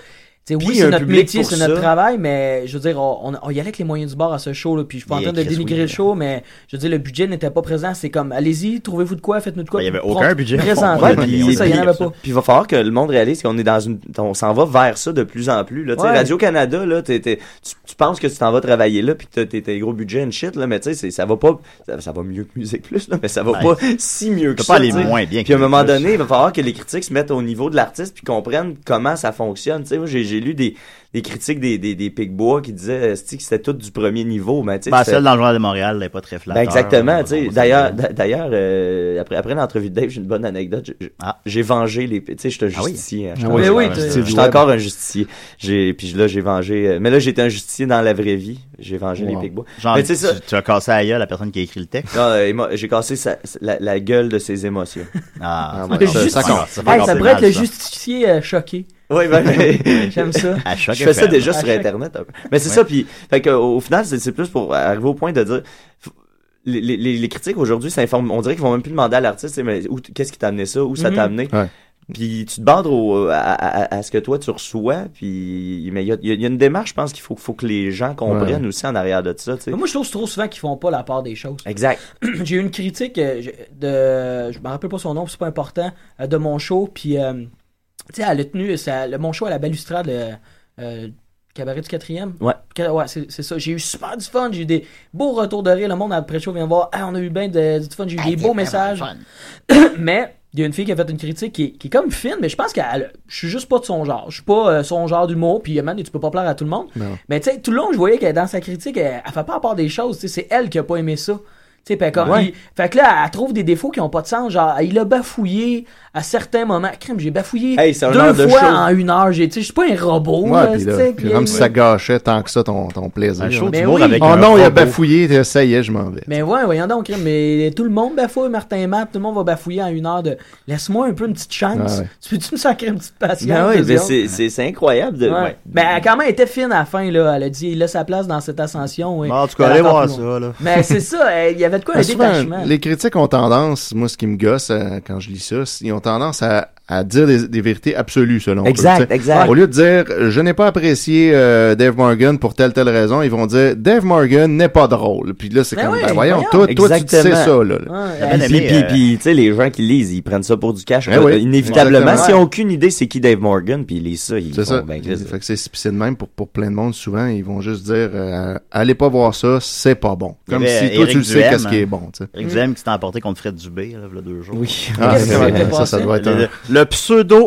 tu sais,
Puis
oui,
il y a un
c'est notre
public
métier,
pour
c'est notre
ça.
travail, mais je veux dire, on, on- on y allait avec les moyens du bord à ce show, là, puis je suis pas en
Et
train de
Chris,
dénigrer
oui.
le show, mais je veux dire, le budget n'était pas présent. C'est comme, allez-y, trouvez-vous de quoi, faites-nous de quoi.
Ben, il y
puis
avait aucun budget.
Présent,
Ouais,
puis-
ça, il y en avait
puis-
pas.
Puis il va falloir que le monde réalise qu'on est dans une, on s'en va vers ça de plus en plus. Là, Tu sais,
Ouais.
Radio Canada, là, t'es- t'es- tu, tu penses que tu t'en vas travailler là, puis que t'as- t'es tes gros budget and shit là, mais tu sais, c'est- ça va pas, ça, ça va mieux que Musique Plus là, mais ça va
Ouais.
pas si mieux
Tu
que
peux
ça.
pas aller
tu sais.
moins bien que
Puis à un
Musique
moment
Plus.
donné, il va falloir que les critiques se mettent au niveau de l'artiste puis comprennent comment ça fonctionne. Tu sais, moi j'ai j'ai lu des, des critiques des des, des Picbois qui disaient euh, c'est-tu que c'était tout du premier niveau, mais tu sais,
Ben,
c'est-
celle dans le journal de Montréal, elle est pas très
ben,
flatteur. hein,
exactement,
On-
tu sais.
on-
D'ailleurs, d'a- d'ailleurs, euh, après, après l'entrevue de Dave, j'ai une bonne anecdote. Je- je-
Ah.
J'ai vengé les, tu sais, j'étais
Ah oui.
justicier. hein,
Ah
j'étais
oui,
un-
oui,
j'étais-
t'es-
j'étais
Steve Webb.
encore un justicier. J'ai, puis là, j'ai vengé. euh, mais là, j'étais un justicier dans la vraie vie. J'ai vengé les
Wow.
Picbois.
Genre,
Mais
tu,
tu sais ça-
tu as cassé à la gueule la personne qui a écrit le texte.
Non, euh, émo- j'ai cassé sa- la, la gueule de ses émotions.
Ah, c'est
ouais,
ça-
encore-
ça
compte.
encore- c'est
Hey,
encore
ça
plus
pourrait être
mal,
le
ça.
justicier euh, choqué.
Oui, ben, mais-
J'aime ça.
À choc
je fais ça
FM.
déjà
À
sur
chaque-
internet un peu. mais c'est ça puis fait que au au final c'est c'est plus pour arriver au point de dire f- les, les- les- les critiques aujourd'hui s'informent on dirait qu'ils vont même plus demander à l'artiste tu sais, mais où t- qu'est-ce qui t'a amené ça où ça t'a
Mhm.
amené
Ouais.
puis tu te bandes au- euh, à, à- à ce que toi tu reçois puis mais il y a, il y a- il y a une démarche je pense qu'il faut faut que les gens comprennent aussi en arrière de ça tu sais.
Mais moi, je trouve trop souvent qu'ils font pas la part des choses.
exact
j'ai eu une critique euh, je- de je me rappelle pas son nom c'est pas important euh, de mon show puis euh, tu sais elle a tenu ça, le mon show à la balustrade euh, euh, cabaret du quatrième
Ouais.
Que- ouais c'est c'est ça j'ai eu super du fun j'ai eu des beaux retours de rire le monde après le show vient voir ah on a eu bien de- du fun j'ai eu
Ah,
des beaux messages mais il y a une fille qui a fait une critique qui, est- qui est comme fine, mais je pense qu'elle. Je suis juste pas de son genre. Je suis pas euh, son genre d'humour, puis man, tu peux pas plaire à tout le monde.
Non.
Mais tu sais, tout le long, je voyais qu'elle dans sa critique, elle, elle fait pas à part des choses. tu sais, C'est elle qui a pas aimé ça. Tu sais, puis elle comme,
Ouais.
il- fait que là, elle trouve des défauts qui ont pas de sens. Genre, il a bafouillé à certains moments. Crime, j'ai bafouillé
Hey, c'est un
deux
heure de
fois
show.
en une heure. J'ai- tu sais, Je suis pas un robot. là,
Ouais, puis
tu
là,
sais,
puis
puis-
même si ça gâchait tant que ça ton, ton plaisir.
Un show
Mais
d'humour
oui.
avec
Oh
un
non, il a
robot.
bafouillé, ça y est, je m'en vais.
Mais ouais, voyons donc, crime, mais tout le monde bafouille, Martin Matt, tout le monde va bafouiller en une heure de laisse-moi un peu une petite chance.
Ah ouais.
Tu peux-tu me sacrer une petite patience?
Ben oui,
eux
ben
autres?
c'est c'est- c'est incroyable de
Ouais.
ouais.
Mais elle a quand même été fine à la fin, là. Elle a dit, il laisse sa place dans cette ascension. oui.
Bon, en tout cas,
Elle a
allez
encore
voir
plus loin.
ça, là.
Mais c'est ça, elle- il y avait de quoi
Mais
un
Ah, souvent,
détachement.
les critiques ont tendance, moi ce qui me gosse euh, quand je lis ça, c'est- ils ont tendance à, à dire des, des vérités absolues selon eux, tu
exact
sais.
exact
Au lieu de dire je n'ai pas apprécié euh, Dave Morgan pour telle telle raison, ils vont dire Dave Morgan n'est pas drôle. Puis là c'est
Ben
comme
oui,
ben voyons,
voyons.
toi, toi tu te sais
Exactement.
ça là. là.
Ouais,
La
elle-
belle
Puis,
amie,
puis,
euh,
puis, tu sais, les gens qui lisent, ils prennent ça pour du cash.
Eh oui,
inévitablement,
exactement.
s'ils n'ont aucune idée c'est qui Dave Morgan, puis ils lisent ça, ils
C'est
font,
ça.
ben, Chris,
fait que c'est puis c'est de même pour, pour plein de monde souvent, ils vont juste dire euh, allez pas voir ça, c'est pas bon.
Il y
Comme
avait,
si
euh,
toi tu
Éric
le sais
Duhem,
qu'est-ce qui
hein.
est bon, tu sais.
Mm.
Eric Duhem qui s'est emporté contre Fred Dubé, là, il y a deux jours.
Oui.
Ah,
Qu'est-ce qui
c'est
s'était
vrai, ça, ça
passé?
doit être un-
Le, le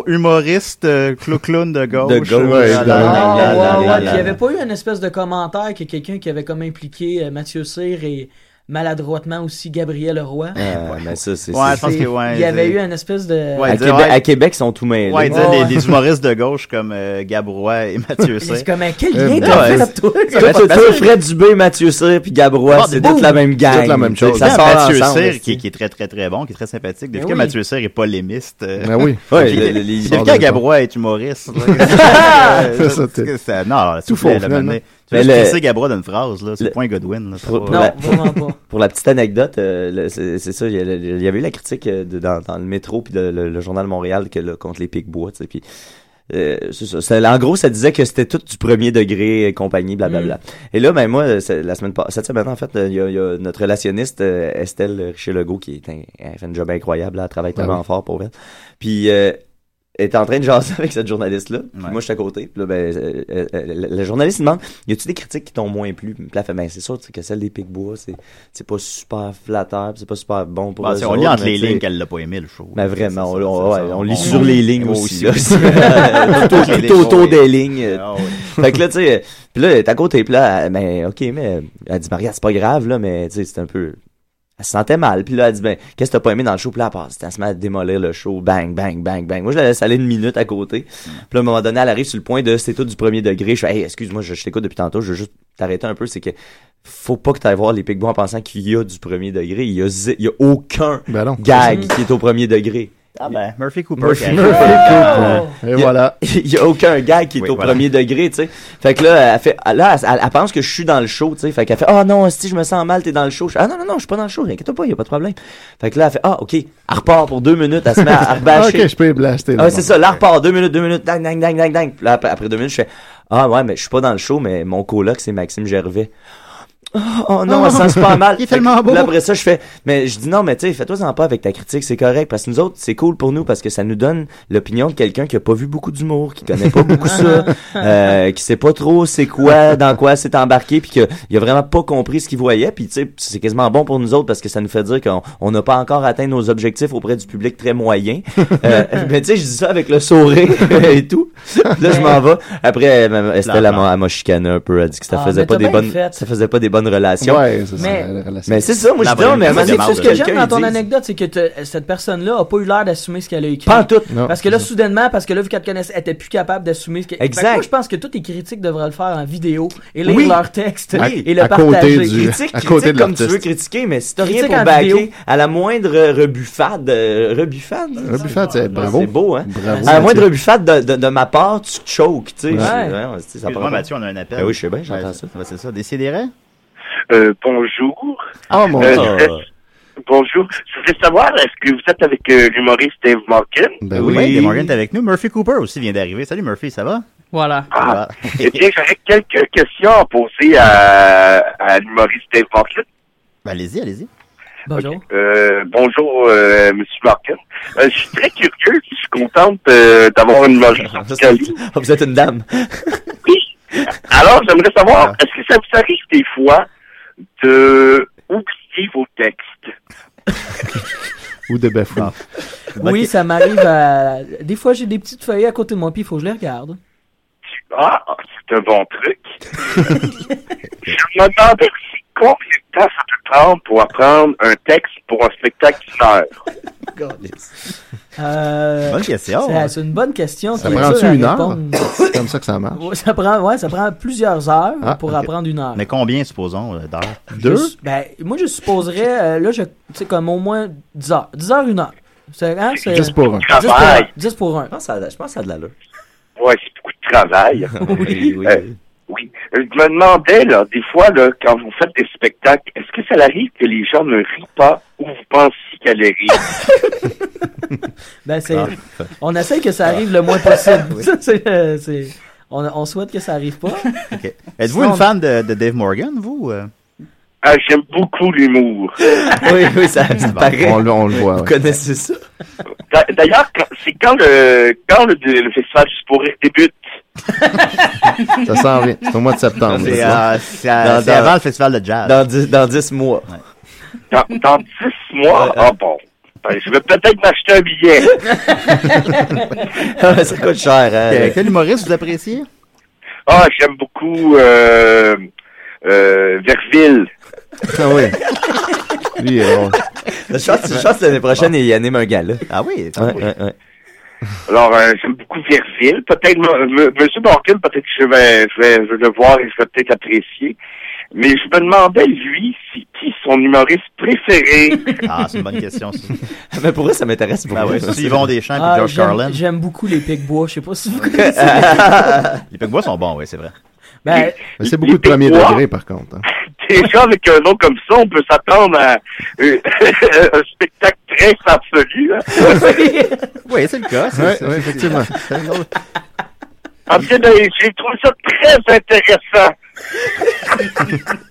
pseudo-humoriste euh, clou-clown de gauche.
De gauche,
ouais,
Ah,
de-
là, là, là,
Ah, ouais,
là,
ouais,
là,
puis
là.
il y avait pas eu une espèce de commentaire que quelqu'un qui avait comme impliqué euh, Mathieu Cyr et maladroitement aussi Gabriel Leroy.
Ah, mais ça, c'est.
Ouais,
c'est-
je pense que ouais.
il y avait
c'est-
eu une espèce de.
à,
Ouais,
Québec,
ouais.
à Québec, ils sont tout mêlés.
Ouais, il disait
Ouais.
les, les humoristes de gauche comme euh, Gabrois et Mathieu
c'est
Saint.
comme un quel
Euh,
lien
ben,
t'as
ouais,
fait là,
ben, c'est- Ah,
toi?
Toi, toi,
Parce que-
Fred Dubé, Mathieu Cyr, puis Gabrois,
Bon,
c'est
boum!
toute la même gang.
toute la même chose.
Ça
Ça
sort
Mathieu
ensemble,
Cyr,
c'est-
qui, qui est très très très bon, qui est très sympathique. Depuis
Ben
que
oui.
Mathieu Cyr est polémiste. euh,
Ah oui.
Ouais,
Puis
le-
de-
le- les-
puis
bon,
de quand
bon.
Gabrois est humoriste. là.
Ça,
Euh,
ça, t'es-
que ça- Non,
Tout
tout faux.
faux, finalement.
Tu
Mais
veux
le-
juste crisser Gabrois d'une phrase, là.
le-
C'est point Godwin, là. c'est
Pro-
pas-
Non,
Ouais.
vraiment pas.
Pour la petite anecdote, euh, le- c'est c'est ça, il y, a le- il y avait eu la critique euh, de- dans, dans le métro puis de- le, le journal Montréal que, là, contre les Picbois, tu sais, puis euh, c'est ça. Ça- en gros, ça disait que c'était tout du premier degré, euh, compagnie,
Mm.
blablabla. Et là, ben moi, euh, c'est- la semaine pa- cette semaine, en fait, euh, il y a, il y a notre relationniste euh, Estelle Richer-Legault qui est un, elle fait un job incroyable, là, elle travaille
Ben
tellement fort pour elle. Puis euh, elle est en train de jaser avec cette journaliste-là. Puis
Ouais.
Moi, je suis à côté. Puis là, ben, euh, euh, euh, le le journaliste il demande Y a-tu des critiques qui t'ont moins plu Puis là, elle fait Ben, c'est sûr tu sais, que celle des Picbois, c'est c'est pas super flatteur, puis c'est pas super bon pour
Bon,
eux
Bah, c'est- on
autres,
lit entre
mais
les
tu sais-
lignes qu'elle l'a pas aimé, le show.
mais vraiment, on,
C'est ça,
on-
c'est
ouais,
ça.
on lit sur les lignes
moi
aussi.
là.
là. tout,
Les
tout autour
choses.
des lignes. euh,
Ah, ouais.
fait que là, tu sais, puis là, t'es à côté, puis là, elle- ben, ok, mais elle dit, Maria, c'est pas grave, là, mais tu sais, c'est un peu. Elle se sentait mal, puis là, elle dit, ben, qu'est-ce que t'as pas aimé dans le show, puis là, elle passe, elle se met à démolir le show, bang, bang, bang, bang. Moi, je la laisse aller une minute à côté, puis là, à un moment donné, elle arrive sur le point de c'est tout du premier degré. Je fais, hey, excuse-moi, je, je t'écoute depuis tantôt, je veux juste t'arrêter un peu, c'est que. Faut pas que t'ailles voir les Picbois en pensant qu'il y a du premier degré. Il y a, zé- il y a aucun
Ben non.
gag qui est au premier degré.
Ah ben, Murphy Cooper.
Murphy
qui
Murphy
arrive.
Cooper. Et
Yeah.
voilà.
il y a aucun gars qui est
Oui,
au
voilà.
premier degré, tu sais. Fait que là, elle fait, là, elle, elle pense que je suis dans le show, tu sais. Fait qu'elle fait, ah non, si je me sens mal, t'es dans le show. Je fais, ah non, non, non, je suis pas dans le show, inquiète pas, y a pas de problème. Fait que là, elle fait, ah, ok. Elle repart pour deux minutes, elle se met à, à
Ah,
rebâcher.
ok, je peux les blaster.
Ah,
là,
ouais, c'est ça, là, repart, deux minutes, deux minutes, dang, dang, dang, dang, dang. Puis là, après, après deux minutes, je fais, ah ouais, mais je suis pas dans le show, mais mon coloc, c'est Maxime Gervais. Oh, oh non, elle se sent super mal.
Il est
Fait que
tellement beau.
Là, après ça, je fais, mais je dis non, mais tu sais, fais-toi-en pas avec ta critique, c'est correct, parce que nous autres, c'est cool pour nous, parce que ça nous donne l'opinion de quelqu'un qui a pas vu beaucoup d'humour, qui connaît pas beaucoup ça, euh, qui sait pas trop c'est quoi, dans quoi s'est embarqué, puis que il a vraiment pas compris ce qu'il voyait, puis tu sais, c'est quasiment bon pour nous autres, parce que ça nous fait dire qu'on on n'a pas encore atteint nos objectifs auprès du public très moyen. Euh, mais tu sais, je dis ça avec le sourire et tout. Puis là, je m'en vais. Après, elle m'a- Estelle, elle m'a elle m'a chicané un peu, elle dit que ça
Ah,
faisait
mais
pas
t'as
des
bien
bonnes,
fait.
ça faisait pas des bonnes relations.
Ouais, c'est ça.
Mais-
la relation.
Mais c'est ça, moi je
La
dis, non, mais à un
vraie
moment donné,
raison,
faut
c'est
Ce que
quelqu'un
j'aime dans ton
dise.
anecdote, c'est que t'as- cette personne-là a pas eu l'air d'assumer ce qu'elle a écrit.
Pas en tout.
Non.
Parce que là, soudainement, parce que là, vu qu'elle te connaissait, elle était plus capable d'assumer ce qu'elle
Exact.
Fait que Moi, je pense que tous tes critiques devraient le faire en vidéo et lire
Oui.
leur texte
À-
et le
à côté
partager.
du-
Critique,
à
critique
côté de
comme tu
l'artiste.
veux critiquer, mais si t'as rien
Critique
pour
en
baquer,
vidéo.
à la moindre euh, rebuffade, euh, rebuffade,
Rebuffade, c'est bravo.
c'est beau, hein?
Bravo.
À la moindre
Mathieu.
rebuffade de, de, de ma part, tu te choques, tu sais. C'est-
Ouais.
ouais, c'est- ça
Excuse-moi,
prend-
Mathieu, on a un appel.
Ben oui, je sais bien, j'entends
Ouais,
ça.
ouais, c'est ça. Décidérez?
Euh, bonjour.
Ah, mon
Euh,
Dieu.
est-ce- bonjour. Je voulais savoir, est-ce que vous êtes avec euh, l'humoriste Dave Morgan?
Ben
oui,
oui.
Dave Morgan est avec nous. Murphy Cooper aussi vient d'arriver. Salut Murphy, ça va?
Voilà.
Ah.
Voilà.
Eh bien, j'aurais quelques questions à poser à, à l'humoriste Dave Morgan.
Ben, allez-y, allez-y.
Bonjour.
Euh, bonjour, euh, Monsieur Morgan. Euh, je suis très curieux. Je suis contente euh, d'avoir une humoriste
Ah,
en
ça,
Italie.
c'est- ah, vous êtes une dame.
Alors, j'aimerais
Ah.
savoir, est-ce que ça vous arrive des fois de oublier vos textes?
Ou de bafou.
Ah.
Bah,
Oui, ça m'arrive à... Des fois, j'ai des petites feuilles à côté de moi, puis il faut que je les regarde.
Ah, c'est un bon truc. je me demandais aussi combien de temps ça peut prendre pour apprendre un texte pour un spectacle d'une heure.
Euh,
Bonne question.
c'est- C'est une bonne question.
Ça
qui est
prend-tu
dure à
une heure?
répondre.
C'est comme ça que ça marche.
Ouais, ça prend, ouais, ça prend plusieurs heures
Ah,
pour
ok.
apprendre une heure.
Mais combien, supposons, euh, d'heures?
Deux?
Je- ben, moi, je supposerais, euh, là, je, tu sais, comme au moins 10 heures. 10 heures, 1 heure. C'est, hein, c'est-
Juste pour un.
10 pour un.
Travail.
10 pour 1.
Je pense à, je pense à de l'allure.
Ouais, c'est beaucoup de travail.
Oui, oui.
Euh, oui. Je me demandais, là, des fois, là, quand vous faites des spectacles, est-ce que ça arrive que les gens ne rient pas ou vous pensez qu'elle rire?
Ben, c'est,
Ah,
on essaie que ça arrive le moins possible. Ça, c'est, euh, c'est- on, on souhaite que ça arrive pas.
Ok. Êtes-vous
Sinon-
une fan de, de Dave Morgan, vous? euh?
Ah, j'aime beaucoup l'humour.
oui, oui, ça, ça paraît.
On, le- on le voit.
Vous
ouais.
connaissez ça?
D'a- D'ailleurs, quand- c'est quand le, quand le, le festival Juste pour rire débute.
Ça s'en vient. C'est au mois de septembre.
C'est
là,
euh, c'est à-
Dans-
c'est
dans-
avant le festival de jazz.
Dans dix, dans dix mois.
Dans, dans 10 mois, ah bon. Ben, je vais peut-être m'acheter un billet.
ça coûte cher,
Euh,
hein?
Quel humoriste vous appréciez?
Ah, j'aime beaucoup euh, euh, Verville.
ça. Ah oui. Lui, il est drôle.
Je pense, je pense que l'année prochaine, il anime un gala.
Ah oui,
Ouais, ouais, ouais.
Alors, euh, j'aime beaucoup Verville. Peut-être, M. M- Monsieur Morgan, peut-être que je vais, je, vais, je vais le voir et je vais peut-être apprécier. Mais je me demandais, lui, c'est qui son humoriste préféré?
Ah, c'est une bonne question. ça.
Mais pour eux, ça m'intéresse beaucoup.
Ah ouais, c'est Yvon Deschamps
Ah,
et George
j'aime,
Carlin.
j'aime beaucoup les pics bois. Je sais pas si vous connaissez.
Les Pigbois sont bons, oui, c'est vrai.
Ben,
Mais c'est beaucoup de premier degré, par contre. hein.
Déjà, avec un nom comme ça, on peut s'attendre à euh, un spectacle très farfelu. hein.
Oui, c'est le cas.
Ouais, ouais, effectivement.
C'est drôle.
En tout cas, ben, j'ai trouvé ça très intéressant.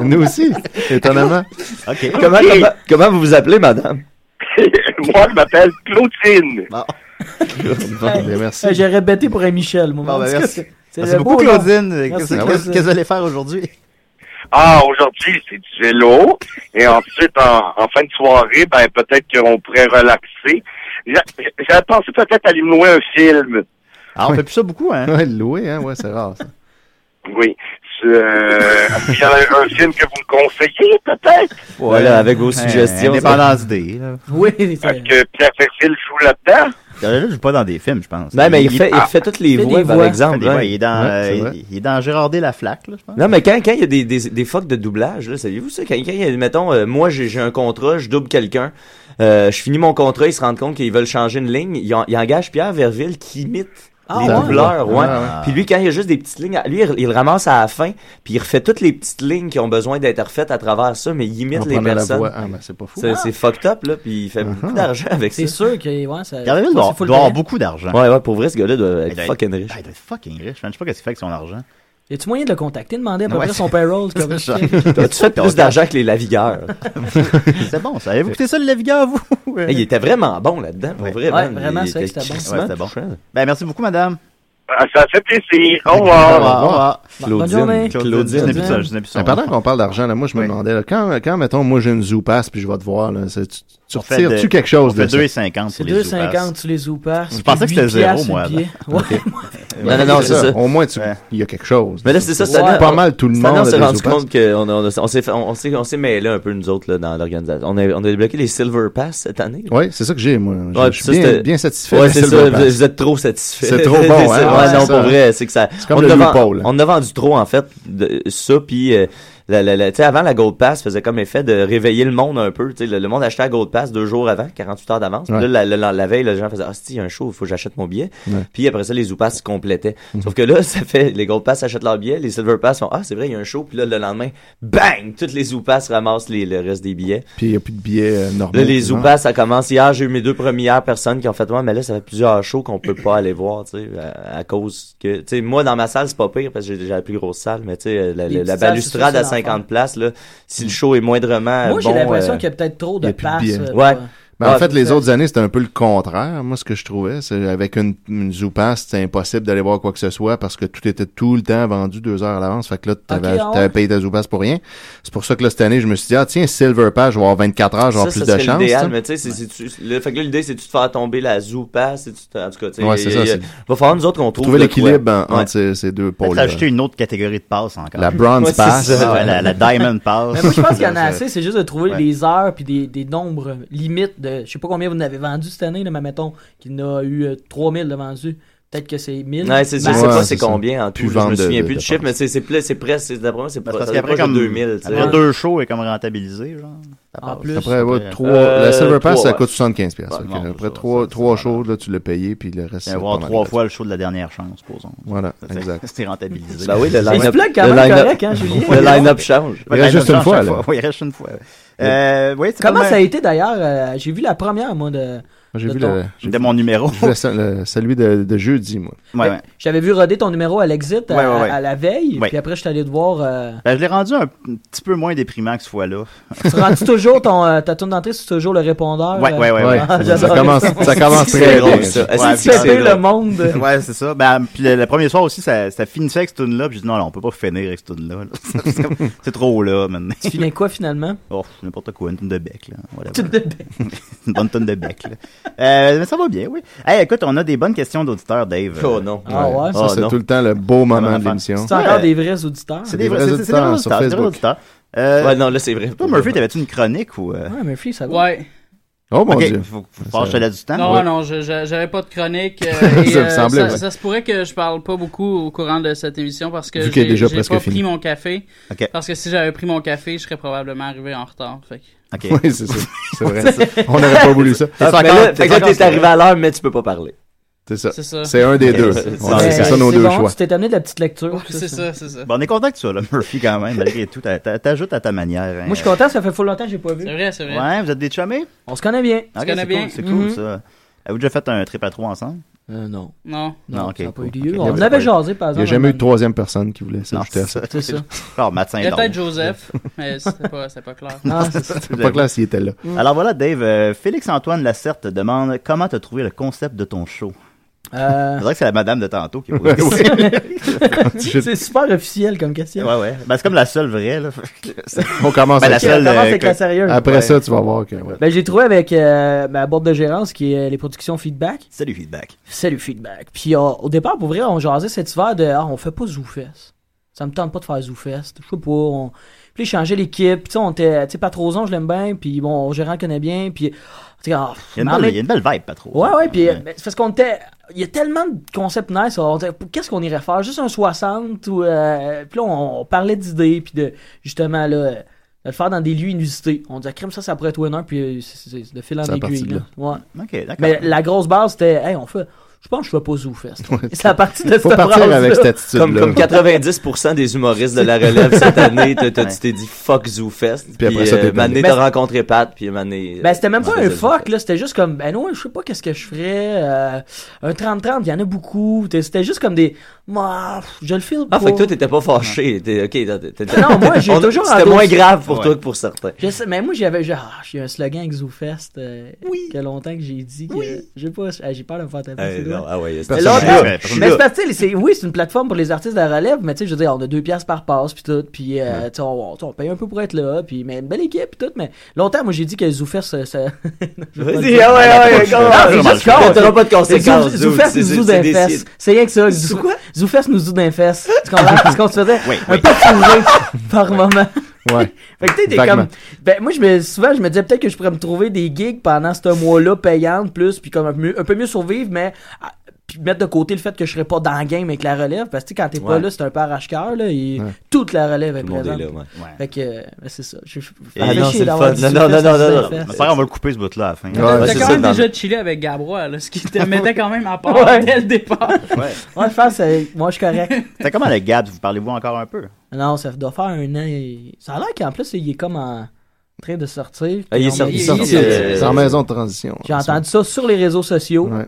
Nous aussi, étonnamment.
OK.
Comment,
Ok.
comment, comment vous vous appelez, madame?
Moi, je m'appelle Claudine.
Bon.
Bon, bien, merci.
Euh, J'aurais bêté pour un Michel, moi.
Bon, ben,
En tout cas,
merci.
c'est- C'est
Merci
le
beaucoup,
beau nom.
Claudine. Qu'est-ce que-
Merci, Claudine.
qu'est-ce que vous allez faire aujourd'hui?
Ah, aujourd'hui, c'est du vélo. Et ensuite, en, en fin de soirée, ben, peut-être qu'on pourrait relaxer. J'a- J'avais pensé peut-être aller me louer un film.
Ah, on fait plus ça beaucoup, hein?
Ouais, loué, hein? Ouais, c'est rare, ça.
Oui. C'est, Euh, il y a un film que vous me conseillez, peut-être?
Voilà, avec vos
Euh,
suggestions.
Indépendance D. là.
Oui,
Parce
c'est
que Pierre Fersil joue là-dedans.
Euh, Là, je joue pas dans des films, je pense.
Non, mais il, fait, il
ah,
fait toutes les
fait des
voix, par
voix.
Il fait
exemple.
des-
hein.
ouais, il est dans,
Ouais,
euh,
c'est
il-
vrai.
il est dans Gérardé la flaque, là, je pense.
Non, mais quand quand il y a des, des, des fucks de doublage, là, savez-vous ça? Quand, quand il y a, mettons, euh, moi, j'ai j'ai un contrat, je double quelqu'un, euh, je finis mon contrat, ils se rendent compte qu'ils veulent changer une ligne, ils, en- ils engagent Pierre Verville qui imite
Ah,
les
ouais?
doubleurs, ouais.
Ah,
Puis lui, quand il y a juste des petites lignes, à- lui, il, il le ramasse à la fin, puis il refait toutes les petites lignes qui ont besoin d'être faites à travers ça, mais il
En
imite les
prenant la
personnes.
voix. Uh-huh. Ah, mais c'est pas fou.
C'est c'est fucked up, là, puis il fait beaucoup d'argent avec ça.
c'est sûr que. Ouais, ça,
Pierre David
c'est
doit,
full
doit avoir
talent.
beaucoup d'argent.
Ouais, ouais, pour vrai, ce gars-là doit
Il
être
doit
fucking riche.
Ah, il doit être fucking riche, man. Je sais pas qu'est-ce qu'il fait avec son argent.
Y a-tu moyen de le contacter, demander à peu
Ouais.
près son payroll? c'est comme-
Ça.
Tu fais plus d'argent que les lavigueurs.
C'est bon, ça. Avez-vous écouté ça, le Lavigueur, vous?
Hey, Ah, il était vraiment bon là-dedans, pour
Ouais.
vrai.
Ouais,
man.
vraiment,
Il
c'est vrai
était
que c'était bon.
crissement
Ouais, c'était bon.
touchant.
Ben, merci beaucoup, madame.
Ah, Ça fait plaisir. Au
Au
revoir.
revoir, au revoir.
Bon, Bonne journée.
Claudine. Je n'ai plus
Claudine.
ça, je n'ai plus ça.
Mais pendant qu'on parle d'argent, là, moi, je me
Oui.
demandais, là, quand, quand, mettons, moi, j'ai une Zoopass puis je vais te voir, là, c'est- tu, tu
On fait
retires-tu
de-
quelque
On
chose
fait
de ça?
2,50
C'est
pour les
2,50, tu les zoopas. Je
pensais que c'était zéro, moi, Eh,
Ouais,
Non, non, non, c'est ça.
Au moins, tu- il
Ouais.
y a quelque chose.
Mais là, c'est ça, cette
Ouais.
année,
pas
on-
mal tout le
cette année,
monde.
on s'est
a des
rendu
Zoopass.
compte qu'on on, on s'est fait- on, s'est- on s'est mêlé un peu, nous autres, là, dans l'organisation. On a, on a débloqué les Silver Pass cette année.
Oui, c'est ça que j'ai, moi. Je-
Ouais,
je
ça,
suis bien,
c'était-
bien satisfait.
Ouais,
de
c'est ça,
Silverback.
vous, vous êtes trop satisfait.
C'est trop bon,
C'est-
hein? Ouais,
ouais, non,
c'est
pour
ça.
vrai, c'est que ça.
C'est comme
on
le
en a vend-
loophole.
On en a vendu trop, en fait, de, ça, puis, euh, la, la, la- tu sais, avant, la Gold Pass faisait comme effet de réveiller le monde un peu. Tu sais, le, le monde achetait la Gold Pass deux jours avant, 48 heures d'avance. Puis
Ouais.
Là, la, la- la- la veille, les gens faisaient, ah, si, il y a un show, il faut que j'achète mon billet.
Ouais. Mhm.
Puis après ça, les Zoopass se complétaient. Sauf que là, ça fait, les Gold Pass achètent leur billet, les Silver Pass font, ah, c'est vrai, il y a un show. Puis là, le lendemain, bang! Toutes les Zoopass ramassent les, le reste des billets.
Puis il n'y a plus de billets euh, normaux.
Là, les
tu vois.
Zoupas, ça commence. Hier, j'ai eu mes deux premières personnes qui ont fait, ouais, mais là, ça fait plusieurs shows qu'on peut pas aller voir, tu sais, à, à cause que, tu sais, moi, dans ma salle, c'est pas pire parce que j'ai j'ai la plus grosse salle, mais tu sais, euh, la,
Les
la- la
petites salles,
balustrade
c'est
à
sûr, c'est
50 places, là,
Hmm.
si le show est moindrement
Moi,
bon.
j'ai l'impression
euh,
qu'il y a peut-être trop de
y a plus de
passes.
billets.
euh,
Ouais.
pour-
Mais Ben, en
Ah,
fait,
tout
les
fait.
autres années, c'était un peu le contraire. Moi, ce que je trouvais, c'est avec une, une Zoopass, c'était impossible d'aller voir quoi que ce soit parce que tout était tout le temps vendu deux heures à l'avance. Fait que là, t'avais
ah ouais.
t'avais payé ta Zoopass pour rien. C'est pour ça que là, cette année, je me suis dit, ah, tiens, Silver Pass, je vais avoir 24 heures, je vais
ça,
avoir
ça
plus de
serait
chance. hein?
l'idéal,
tu sais.
mais tu sais, c'est- c'est- tu- le- fait que là, l'idée, c'est de te faire tomber la Zoupas, c'est tu te- en tout cas, tu sais,
Ouais,
il
c'est
y a-
ça,
il y a-
c'est-
euh, va falloir nous autres qu'on trouve
Trouver
de
l'équilibre
quoi.
en-
Ouais.
entre ces, ces deux
Peut-être
pôles.
ajouter une autre catégorie de passe encore.
La Bronze
Ouais, c'est
Pass.
ça.
Ah ouais, la, la Diamond Pass.
Mais moi, je pense qu'il y en a
Ça,
assez. C'est juste de trouver
Ouais.
les heures puis des, des nombres limites de. Je sais pas combien vous en avez vendu cette année, là, mais mettons qu'il y en a eu euh, 3000 de vendus. Peut-être que c'est 1000.
Ouais, c'est je
max.
sais pas
Ouais,
c'est
c'est ça.
combien en tout,
Plus
je me
vendre de-
souviens
de- Ben,
plus
de
du chiffre,
passe.
mais c'est c'est plus- c'est presque, c'est- d'après moi, c'est
Parce
pro-
qu'après,
proche de
comme-
2000, tu sais.
Après deux shows, elle est comme rentabilisé, genre. Ça
En
passe.
plus.
Après, ouais,
Après,
trois,
euh,
la Silver Pass,
trois,
ça
ouais.
coûte 75$. piastres.
Ouais,
Fait que
bon,
après
ça,
trois,
ça,
trois
ça,
shows, là, tu l'as payé, puis le reste,
Il
c'est
va voir
pas mal
trois
gratuit.
fois le show de la dernière chance, supposons.
Voilà,
C'est-
exact.
C'est rentabilisé.
Bah oui, le
C'est
line-up.
plug quand
le
même
line-up-
correct, hein, Julien?
Le line-up change.
Il reste juste une
Chaque
fois, là.
Oui, il reste une fois. Euh, oui, c'est pas
Comment
mal.
ça a été d'ailleurs euh, J'ai vu la première, moi, de.
Moi, J'ai
de
vu
ton-
le, j'ai
De
vu
mon numéro.
le- le- celui de, de jeudi, moi.
Ouais, ouais.
J'avais vu roder ton numéro à l'exit à,
Ouais, ouais, ouais.
à la veille,
Ouais.
puis après, je suis allé te voir. euh,
Ben, je l'ai rendu un petit peu moins déprimant que ce fois-là.
tu rends-tu toujours ton, euh, ta tourne d'entrée, c'est toujours le répondeur
Ouais,
euh,
ouais, Ah, ouais. ouais.
ça,
j'adore
commence,
ça.
ça commence
C'est
très
drôle,
bien.
ça.
ça.
Est-ce que
Ouais,
c'est
Péter
drôle?
le monde.
Ouais, c'est ça. Ben, puis le, le premier soir aussi, ça, ça finissait avec cette tune-là. Puis j'ai dit non, là, on peut pas finir avec cette tune-là. là. C'est comme- c'est trop là, man.
Tu finis quoi finalement
Oh, n'importe quoi, une tune de bec, là. Whatever.
Tu te dé-
une bonne tonne de bec, là. Euh, mais ça va bien, oui. Hey, écoute, on a des bonnes questions d'auditeurs, Dave.
Oh non.
Ah ouais.
Ça,
Oh,
c'est
non.
tout le temps le beau moment
va
de
faire.
l'émission.
C'est encore
Ouais.
des vrais auditeurs.
C'est des
Des
vrais
vrais
c'est- c'est des vrais
auditeurs sur
auditeurs. c'est des vrais
Facebook.
auditeurs. Euh,
Ouais, non, là, c'est vrai.
Toi, Murphy, t'avais-tu une chronique ou. euh,
Ouais, Murphy, ça va.
Ouais.
Oh mon
ok,
dieu.
faut, faut faire que je te laisse du temps.
Non,
Ouais.
non, je- je- j'avais pas de chronique. euh, et,
Ça me
euh,
semblait,
ça,
ouais.
ça se pourrait que je parle pas beaucoup au courant de cette émission parce que
Vu qu'il est
j'ai
déjà
j'ai
presque
pas
fini.
pris mon café.
Ok.
Parce que si j'avais pris mon café, je serais probablement arrivé en retard. Fait que-
Ok.
Oui, c'est ça. C'est vrai. On n'aurait pas voulu ça.
ben T'es
Mais
encore-
Ah, ben là, fait que là,
encore-
t'es arrivé à l'heure, mais tu peux pas parler.
C'est ça.
C'est ça.
C'est un des
Ok,
deux.
c'est-
On-
Mais
C'est ça nos
Euh, c'est
deux
bon,
choix.
Tu t'es donné de la petite lecture.
Ouais, c'est ça, c'est ça.
Bon, Ben, on est content que tu sois là, Murphy, quand même, malgré tout. T'a- t'a- T'ajoutes à ta manière. hein.
Moi, je suis content, ça fait full longtemps que j'ai pas vu.
C'est vrai, c'est vrai.
Ouais, vous êtes des chumés?
On se connaît bien.
Ok,
connais
c'est
bien.
cool, c'est cool,
Mhm.
ça. Avez-vous déjà fait un trip à trois ensemble?
Euh, non.
Non.
Non, ok.
ça n'a pas eu
cool.
lieu.
Ok,
On
ouais.
en avait jasé, par
Il n'y a
exemple. euh,
jamais eu de
dans-
troisième personne qui voulait
Non,
s'ajouter à ça.
C'est ça.
Alors, Matin
Il y a peut-être
donc.
Joseph, mais c'était pas, c'était pas clair.
Ah, c'est ça. Mm.
C'est pas clair s'il était là.
Alors voilà, Dave. euh, Félix-Antoine Lacerte te demande comment t'as trouvé le concept de ton show.
Euh,
C'est vrai que c'est la madame de tantôt qui pose
Ouais,
ouais,
c'est super officiel comme question.
ouais, ouais. Ben, c'est comme la seule vraie, là.
On commence
Ben, la
avec ça.
seule,
On commence
euh,
avec
que-
la sérieuse.
Après
Ouais.
ça, tu vas voir que. ouais.
Ben, j'ai trouvé avec euh, ma boîte de gérance qui est les productions Feedback.
Salut, feedback.
Salut Feedback. Puis euh, au départ, pour vrai, on jasait cet hiver de ah, on fait pas Zoufest. Ça me tente pas de faire Zoufest. Je sais pas. On... Puis là, changer l'équipe. Puis tu sais, on était, tu sais, Patroson, je l'aime bien. Puis bon, le gérant connaît bien. Puis, tu sais, ah,
Il y a une
mais en
belle,
même
il y a une belle vibe, pas trop.
Ouais, ouais, puis euh, ben, c'est parce qu'on était. Il y a tellement de concepts nice. on était, Qu'est-ce qu'on irait faire Juste un 60 ou. euh, puis là, on, on parlait d'idées, puis de. Justement, là. euh, De le faire dans des lieux inusités. On disait, crème, ça, ça pourrait être winner, puis euh, c'est c'est de fil en
C'est à
aiguille.
partir de
là. Ouais.
Ok, d'accord.
Mais la grosse base, c'était, hey, on fait. Je pense que je fais pas ZooFest. c'est à partir de
Faut
cette
partir
phrase-là.
avec cette attitude-là.
Comme, comme 90% des humoristes de la relève cette année, t'as- t'as- tu t'es dit fuck ZooFest. Puis,
après ça,
euh,
t'es
Mané,
Ben,
t'as rencontré Pat, puis Mané.
Ben, c'était même pas
Ouais,
un
c'est-
fuck, là. C'était juste comme, ben, non, je sais pas qu'est-ce que je ferais. euh, un 30-30, il y en a beaucoup. T'es- C'était juste comme des. Moi, je le file.
Ah,
pas.
fait que toi, t'étais pas fâché. T'es- ok, t'étais- t'étais-
Non, moi, j'ai
On-
toujours
C'était
endossé-
moins grave pour
Ouais.
toi que pour certains.
Je sais, mais moi j'avais genre ah, j'ai un slogan avec Zoofest euh, que longtemps que j'ai dit que j'ai pas ah, j'ai peur de me faire taper sur
Euh,
les
non,
doigts.
ah ouais, c'était-
Mais
Personne ne
là, là,
fait, personne
mais
ne
c'est parce que, tu sais, c'est- oui, c'est une plateforme pour les artistes de la relève, mais tu sais, je veux dire, on a deux piastres par passe, puis tout, puis euh, tu sais, on, tu sais, on paye un peu pour être là, puis mais une belle équipe, puis tout, mais longtemps, moi, j'ai dit que Zoufest, ça... ça- Non, je veux pas le
Vas-y,
dire.
ah ouais,
Ben,
ouais,
t'as
ouais,
pas le choix.
comment-
T'as
juste con,
T'auras pas de
C'est
conséquences.
Zou-
Zou,
Zoufest
c'est-
nous
c'est-
zout
c'est
d'un
des
fesse.
sites.
C'est rien que ça. Zou- Zoufest nous zout d'un fesse. Tu comprends? Parce qu'on se faisait
Oui,
un
oui.
peu trouver par moment.
Ouais.
Fait que tu sais, t'es
Vaguement.
comme. Ben, moi, je me, souvent, je me disais peut-être que je pourrais me trouver des gigs pendant ce mois-là payantes, plus, puis comme un peu mieux, un peu mieux survivre, mais. ah, Puis mettre de côté le fait que je serais pas dans le game avec la relève, parce que tu sais, quand t'es pas
Ouais.
là, c'est un peu arrache-cœur, là, et
Ouais.
toute la relève est
Tout le monde est
présente.
là, ouais.
Fait que, euh, ben, c'est ça. Je, je,
Ah
fait
non,
chier
c'est le
d'avoir
fun.
dit
Non,
du
non,
fest,
non, non,
du
non,
fest.
Mais frère, on va le couper ce bout-là à la fin.
Ouais.
Ouais,
T'as
c'est
quand
ça,
même
dans-
déjà chillé avec Gabrois, là, ce qui te mettait quand même à part
Ouais.
dès le départ.
Ouais, je pense, euh, moi, je suis correct.
T'as comment le gars Vous parlez-vous encore un peu
Non, ça doit faire un an. et- Ça a l'air qu'en plus, il est comme en train de sortir.
Ah, il est
Puis on-
sorti,
il-
Sorti,
il-
euh,
il-
en maison de transition.
J'ai entendu ça sur les réseaux sociaux.
Ouais.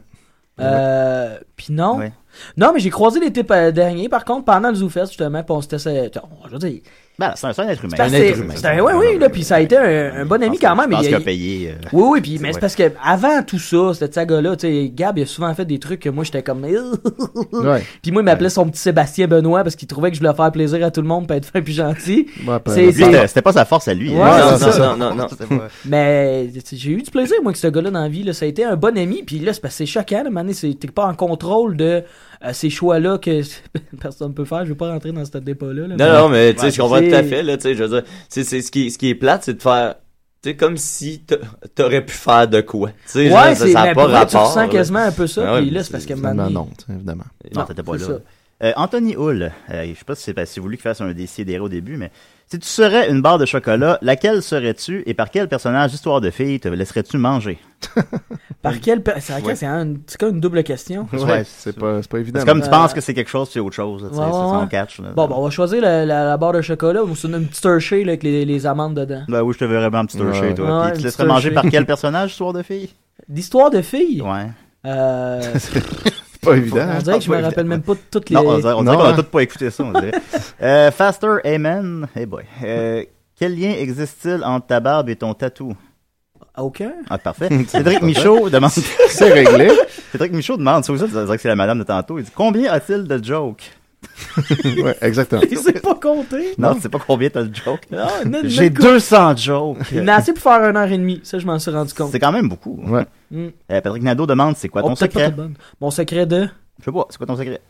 Euh, Puis non.
Ouais.
Non, mais j'ai croisé l'été pa- dernier, par contre, pendant le ZooFest, justement, puis on s'était... c'est- on- Je veux dire,
Ben, c'est un, c'est un être humain.
c'est assez- c'est un- ouais, oui, là, puis ça a été un, un bon ami quand même.
Je pense
il-
qu'il a
il-
payé. euh,
Oui, oui, puis mais
vrai.
c'est parce que avant tout ça, cette saga-là, tu sais, Gab, il a souvent fait des trucs que moi, j'étais comme...
Ouais.
puis moi, il m'appelait son petit Sébastien Benoît parce qu'il trouvait que je voulais faire plaisir à tout le monde, puis être fin puis gentil.
Ouais, pas-
lui,
C'est-
euh,
c'est-
c'était- C'était pas sa force à lui.
Ouais,
hein.
non,
non, non, non, non.
C'était pas-
Mais tu sais, j'ai eu du plaisir, moi, avec ce gars-là dans la vie. Là. Ça a été un bon ami. Puis là, c'est parce que c'est choquant. Là, mané, c'est- t'es pas en contrôle de euh, ces choix-là que personne peut faire. Je veux pas rentrer dans ce débat-là. là.
Non, non, mais tu sais, je comprends
c'est-
tout à fait, là, tu sais, je veux dire, c'est, c'est, ce qui, ce qui est plate, c'est de faire, tu sais, comme si t'a- t'aurais pu faire de quoi, tu sais, genre,
Ouais,
ça,
c'est
ça a
mais
pas
pour vrai,
rapport.
Tu ressens
là.
quasiment un peu ça.
Ah ouais,
puis
mais
là, c'est parce que
Finalement,
mané-
non, tu sais, évidemment.
Non, t'étais pas
c'est
là.
ça.
Euh, Anthony Hull, euh, je sais pas si c'est si vous voulez qu'il fasse un décidéré au début, mais si tu serais une barre de chocolat, laquelle serais-tu et par quel personnage d'histoire de fille te laisserais-tu manger?
Par quel. per- C'est vrai que c'est un- c'est comme une double question.
Ouais,
Ouais,
c'est-
c'est pas, c'est pas évident.
C'est comme tu
Euh,
penses que c'est quelque chose, c'est autre chose. là, tu sais,
ouais,
c'est son
ouais.
catch. là.
Bon, ben, on va choisir la, la- la barre de chocolat. On se donne une petite hershey là, avec les, les amandes dedans.
Ben oui, je te verrais bien en petit toucher,
Ouais.
toi.
Ouais,
Puis tu
petit
te laisserais manger
toucher.
par quel personnage, histoire de fille?
D'histoire de filles.
Ouais.
euh,
C'est pas évident.
on
hein.
dirait que je
pas
me rappelle
évident.
même pas de toutes les.
Non, on dirait, on dirait
Non,
qu'on
hein.
a tous pas écouté ça, on dirait. Euh, Faster Amen. Hey boy. Euh, quel lien existe-t-il entre ta barbe et ton tatou?
Aucun.
Ah, parfait. Cédric Michaud demande.
C'est réglé.
Cédric Michaud demande, ça aussi, c'est vrai que c'est la madame de tantôt. Il dit Combien a-t-il de jokes
Ouais, exactement.
Il s'est pas compté. Ah,
Non, c'est pas combien t'as de jokes.
Non, non, non,
J'ai 200 jokes.
Il en a assez pour faire une heure et demie. Ça, je m'en suis rendu compte.
C'est quand même beaucoup.
Ouais.
Mm.
Euh, Patrick Nadeau demande c'est quoi
Oh,
ton
peut-être pas
secret
tout bonne. Mon secret de. Ah,
Je sais pas, c'est quoi ton secret